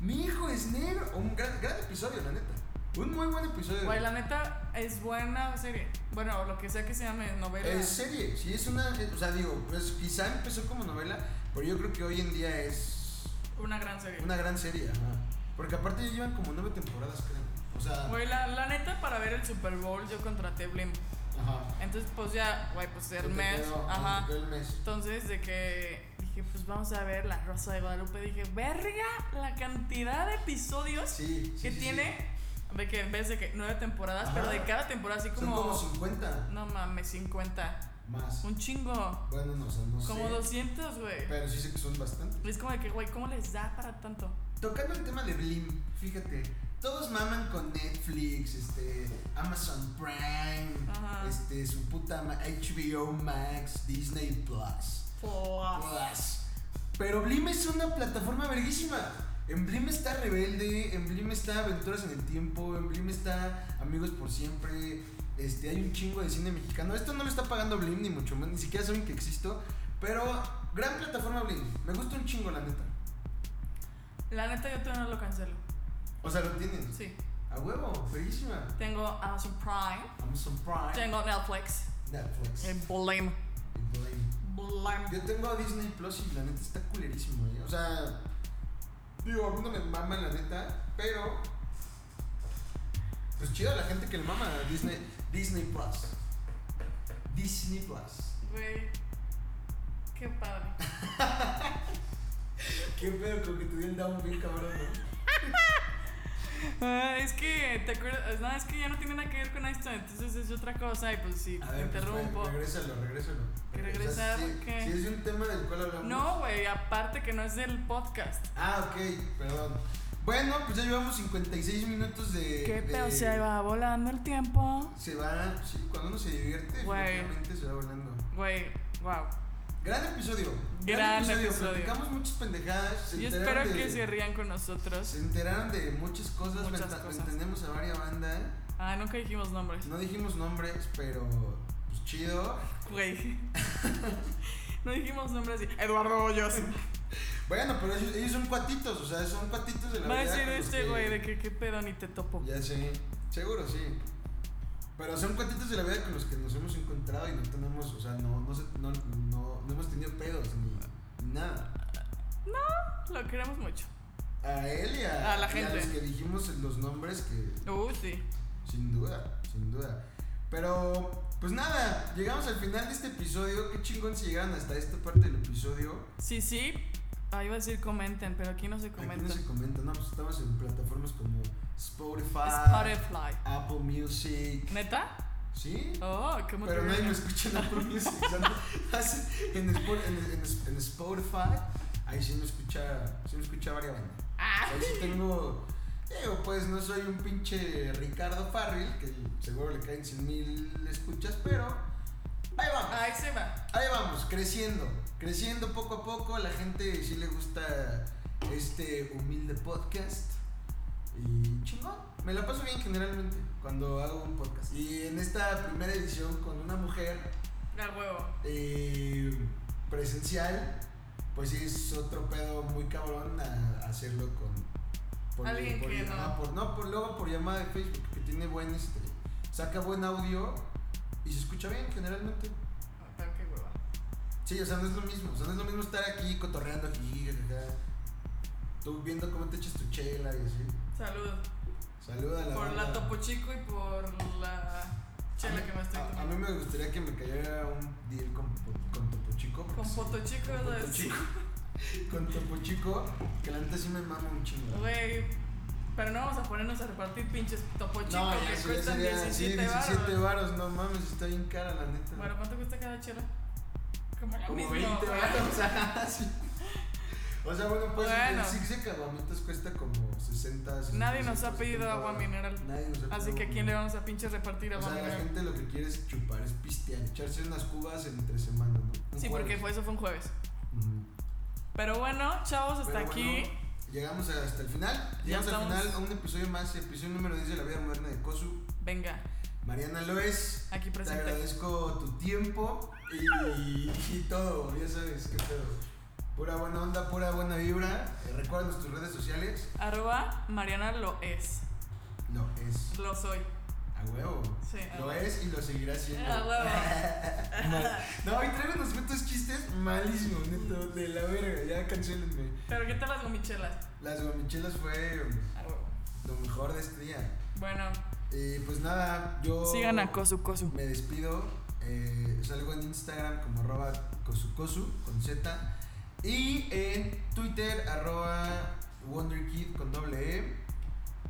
Speaker 3: Mi hijo es negro. Un gran, gran episodio, la neta. Un muy buen episodio.
Speaker 4: Güey, la neta es buena serie. Bueno, lo que sea que se llame novela.
Speaker 3: Es serie, sí es una, o sea, digo, pues quizá empezó como novela, pero yo creo que hoy en día es
Speaker 4: Una gran serie.
Speaker 3: una gran serie, ajá. Porque aparte ya llevan como nueve temporadas, creo. O sea,
Speaker 4: Güey, la, la neta, para ver el Super Bowl, yo contraté Blim.
Speaker 3: ajá.
Speaker 4: Entonces, pues ya, güey, pues
Speaker 3: Se
Speaker 4: el
Speaker 3: te
Speaker 4: mes.
Speaker 3: quedó- se
Speaker 4: Ajá.
Speaker 3: te quedó el mes.
Speaker 4: Entonces, de que dije, pues vamos a ver La Rosa de Guadalupe. Dije, verga, la cantidad de episodios
Speaker 3: Sí, sí,
Speaker 4: que
Speaker 3: sí, sí.
Speaker 4: tiene. De que en vez de que nueve temporadas,
Speaker 3: Ajá.
Speaker 4: pero de cada temporada, así
Speaker 3: Son
Speaker 4: como.
Speaker 3: como 50
Speaker 4: No mames, 50.
Speaker 3: más.
Speaker 4: Un chingo.
Speaker 3: Bueno, no, o sea, no
Speaker 4: Como
Speaker 3: sé.
Speaker 4: 200, güey.
Speaker 3: Pero sí sé que son bastante.
Speaker 4: Es como de que, güey, ¿cómo les da para tanto?
Speaker 3: Tocando el tema de Blim, fíjate, todos maman con Netflix, este, Amazon Prime,
Speaker 4: Ajá.
Speaker 3: este, su puta ma- HBO Max, Disney Plus. Plus. Pero Blim es una plataforma verguísima. En Blim está Rebelde, en Blim está Aventuras en el Tiempo, en Blim está Amigos por Siempre. Este, hay un chingo de cine mexicano. Esto no lo está pagando Blim, ni mucho menos, ni siquiera saben que existo. Pero gran plataforma Blim. Me gusta un chingo, la neta.
Speaker 4: La neta, yo todavía no lo cancelo.
Speaker 3: O sea, lo tienes.
Speaker 4: Sí.
Speaker 3: A huevo, verguísima.
Speaker 4: Tengo Amazon Prime.
Speaker 3: Amazon Prime,
Speaker 4: Tengo Netflix.
Speaker 3: Netflix.
Speaker 4: Eh, Blame.
Speaker 3: y por ahí.
Speaker 4: Blame.
Speaker 3: Yo tengo Disney Plus y la neta está culerísimo, ¿eh? O sea, digo, a mí no me mama la neta, pero. Pues chido a la gente que le mama a Disney, Disney Plus. Disney Plus.
Speaker 4: Güey. Qué padre.
Speaker 3: Qué pedo con que te dio el down bien cabrón, ¿no?
Speaker 4: Ah, es que, ¿te acuerdas? No, es que ya no tiene nada que ver con esto, entonces es otra cosa y pues sí,
Speaker 3: A ver, pues,
Speaker 4: interrumpo.
Speaker 3: re- regrésalo, regrésalo.
Speaker 4: ¿Que
Speaker 3: O sea,
Speaker 4: regresar
Speaker 3: sí-
Speaker 4: qué?
Speaker 3: sí es de un tema del cual hablamos.
Speaker 4: no, güey, aparte que no es del podcast.
Speaker 3: Ah, ok, perdón. Bueno, pues ya llevamos 56 minutos de.
Speaker 4: Qué
Speaker 3: de-
Speaker 4: pedo, se va volando el tiempo.
Speaker 3: Se va, sí, cuando uno se divierte,
Speaker 4: Güey.
Speaker 3: definitivamente se va volando.
Speaker 4: Güey, wow.
Speaker 3: Gran episodio.
Speaker 4: Gran episodio.
Speaker 3: Platicamos muchas pendejadas. se
Speaker 4: Yo
Speaker 3: enteraron
Speaker 4: espero que
Speaker 3: de-
Speaker 4: se rían con nosotros.
Speaker 3: Se enteraron de muchas cosas.
Speaker 4: Muchas
Speaker 3: venta-
Speaker 4: cosas.
Speaker 3: Entendemos a varias bandas.
Speaker 4: Ah, nunca dijimos nombres.
Speaker 3: No dijimos nombres, pero pues chido.
Speaker 4: Güey. no dijimos nombres y. Eduardo Hoyos.
Speaker 3: Bueno, pero ellos, ellos son cuatitos, o sea, son cuatitos de la
Speaker 4: Va a
Speaker 3: vida
Speaker 4: decir
Speaker 3: con los
Speaker 4: este, güey, de que qué pedo ni te topo.
Speaker 3: Ya sé, seguro sí. Pero son cuatitos de la vida con los que nos hemos encontrado y no tenemos, o sea, no, no, se- no, no, no hemos tenido pedos ni, ni nada.
Speaker 4: Lo queremos mucho.
Speaker 3: A él y a,
Speaker 4: A la
Speaker 3: y
Speaker 4: gente.
Speaker 3: los que dijimos los nombres que,
Speaker 4: Uh, sí.
Speaker 3: sin duda, sin duda. Pero, pues nada, llegamos al final de este episodio. Qué chingón si llegaron hasta esta parte del episodio.
Speaker 4: Sí, sí. Ahí iba a decir comenten, pero aquí no se
Speaker 3: Aquí no
Speaker 4: comenta.
Speaker 3: se comenta, no, pues estamos en plataformas como Spotify,
Speaker 4: Spotify.
Speaker 3: Apple Music.
Speaker 4: ¿Neta?
Speaker 3: ¿Sí?
Speaker 4: Oh, ¿cómo
Speaker 3: Pero
Speaker 4: te
Speaker 3: nadie me
Speaker 4: llamas?
Speaker 3: escucha en Apple Music. o sea, no- así, en, Spo- en, en- en Spotify, ahí sí me escucha, sí me escucha varias bandas. Ahí sí tengo. Digo, pues no soy un pinche Ricardo Farril, que seguro le caen 100 mil escuchas, pero ahí vamos.
Speaker 4: Ahí se va.
Speaker 3: Ahí vamos, creciendo. Creciendo poco a poco. La gente sí le gusta este humilde podcast. Y chingón. Me la paso bien generalmente cuando hago un podcast. Y en esta primera edición con una mujer
Speaker 4: La huevo.
Speaker 3: eh, presencial, pues sí es otro pedo muy cabrón a- hacerlo con.
Speaker 4: Alguien que no.
Speaker 3: llamada, por- no, por, luego por llamada de Facebook, que tiene buen este. Saca buen audio y se escucha bien generalmente.
Speaker 4: Pero qué Ah, hueva.
Speaker 3: Sí, o sea, no es lo mismo. O sea, no es lo mismo estar aquí cotorreando aquí, acá. Tú viendo cómo te echas tu chela y así.
Speaker 4: Salud.
Speaker 3: Saluda a la
Speaker 4: Por la
Speaker 3: banda.
Speaker 4: Topo Chico y por la
Speaker 3: A
Speaker 4: chela
Speaker 3: mí-
Speaker 4: que me estoy
Speaker 3: a, a
Speaker 4: tomando.
Speaker 3: mí me gustaría que me cayera un deal con, con Topo Chico. porque
Speaker 4: Con
Speaker 3: sí,
Speaker 4: Poto Chico
Speaker 3: con
Speaker 4: es
Speaker 3: Topo Chico. Con Topo Chico, que la neta sí me mama un chingo.
Speaker 4: Güey. Pero no vamos a ponernos a repartir pinches Topo Chico
Speaker 3: ya
Speaker 4: que
Speaker 3: eso ya
Speaker 4: cuestan
Speaker 3: sería- sí,
Speaker 4: 17 baros.
Speaker 3: varos, no mames, está bien cara la neta.
Speaker 4: Bueno, ¿cuánto cuesta cada chela? como lo
Speaker 3: Como
Speaker 4: mismo.
Speaker 3: 20
Speaker 4: güey.
Speaker 3: varos, ajá, sí. O sea, bueno, pues
Speaker 4: Bueno.
Speaker 3: el six de caguamitas cuesta como 60, 60
Speaker 4: Nadie nos ha
Speaker 3: 70
Speaker 4: pedido agua
Speaker 3: varos.
Speaker 4: mineral.
Speaker 3: Nadie nos ha pedido
Speaker 4: Así que
Speaker 3: agua
Speaker 4: ¿a quién le
Speaker 3: mineral.
Speaker 4: vamos a pinche repartir
Speaker 3: O
Speaker 4: agua
Speaker 3: sea, la
Speaker 4: mineral?
Speaker 3: gente lo que quiere es chupar, es pistear, echarse unas cubas entre semana, ¿no? Un
Speaker 4: Sí, porque
Speaker 3: jueves.
Speaker 4: fue, eso fue un jueves.
Speaker 3: Ujú.
Speaker 4: Pero bueno, chavos, hasta
Speaker 3: Pero
Speaker 4: aquí.
Speaker 3: bueno, llegamos hasta el final.
Speaker 4: Ya
Speaker 3: Llegamos al
Speaker 4: estamos.
Speaker 3: final a un episodio más, episodio número 10 de la vida moderna de Kosu.
Speaker 4: Venga,
Speaker 3: Mariana Loes,
Speaker 4: aquí
Speaker 3: te
Speaker 4: presente.
Speaker 3: agradezco tu tiempo y, y todo, ya sabes qué pedo. Pura buena onda, pura buena vibra. Eh, Recuerda nuestras redes sociales.
Speaker 4: Arroba Mariana lo es.
Speaker 3: Lo es.
Speaker 4: Lo soy.
Speaker 3: A huevo.
Speaker 4: Sí, a
Speaker 3: Lo
Speaker 4: huevo.
Speaker 3: es y lo seguirá siendo.
Speaker 4: A huevo.
Speaker 3: Mal. No, y traigo unos putos chistes malísimos, neto. De la verga, ya cancelenme.
Speaker 4: Pero ¿qué tal las gomichelas?
Speaker 3: Las gomichelas fue
Speaker 4: A huevo.
Speaker 3: lo mejor de este día.
Speaker 4: Bueno,
Speaker 3: Y pues nada, yo.
Speaker 4: sigan a Cosu Cosu.
Speaker 3: Me despido. eh, salgo en Instagram como arroba cosucosu con Z. Y en Twitter arroba wonderkid con doble E.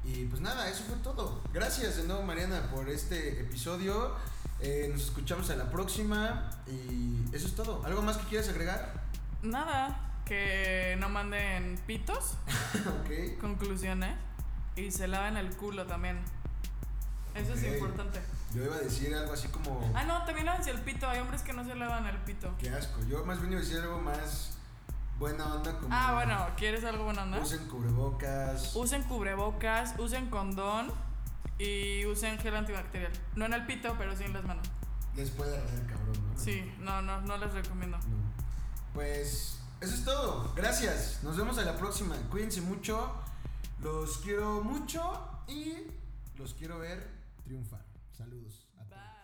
Speaker 3: Y pues nada, eso fue todo. Gracias de nuevo Mariana por este episodio. Eh, nos escuchamos a la próxima. Y eso es todo. ¿Algo más que quieras agregar?
Speaker 4: Nada, que no manden pitos,
Speaker 3: ok.
Speaker 4: conclusiones, y se laven el culo también. Eso
Speaker 3: Ok.
Speaker 4: es importante.
Speaker 3: Yo iba a decir algo así como...
Speaker 4: Ah, no, también lávense el pito. Hay hombres que no se lavan el pito.
Speaker 3: Qué asco. Yo más bien iba a decir algo más buena onda como...
Speaker 4: Ah, bueno, ¿quieres algo bueno, onda?
Speaker 3: Usen cubrebocas.
Speaker 4: Usen cubrebocas, usen condón y usen gel antibacterial. No en el pito, pero sí en las manos.
Speaker 3: Les puede arder, cabrón, ¿no?
Speaker 4: Sí, no, no, no les recomiendo.
Speaker 3: No. Pues eso es todo. Gracias. Nos vemos a la próxima. Cuídense mucho. Los quiero mucho y los quiero ver triunfar. Saludos a todos.
Speaker 4: Bye.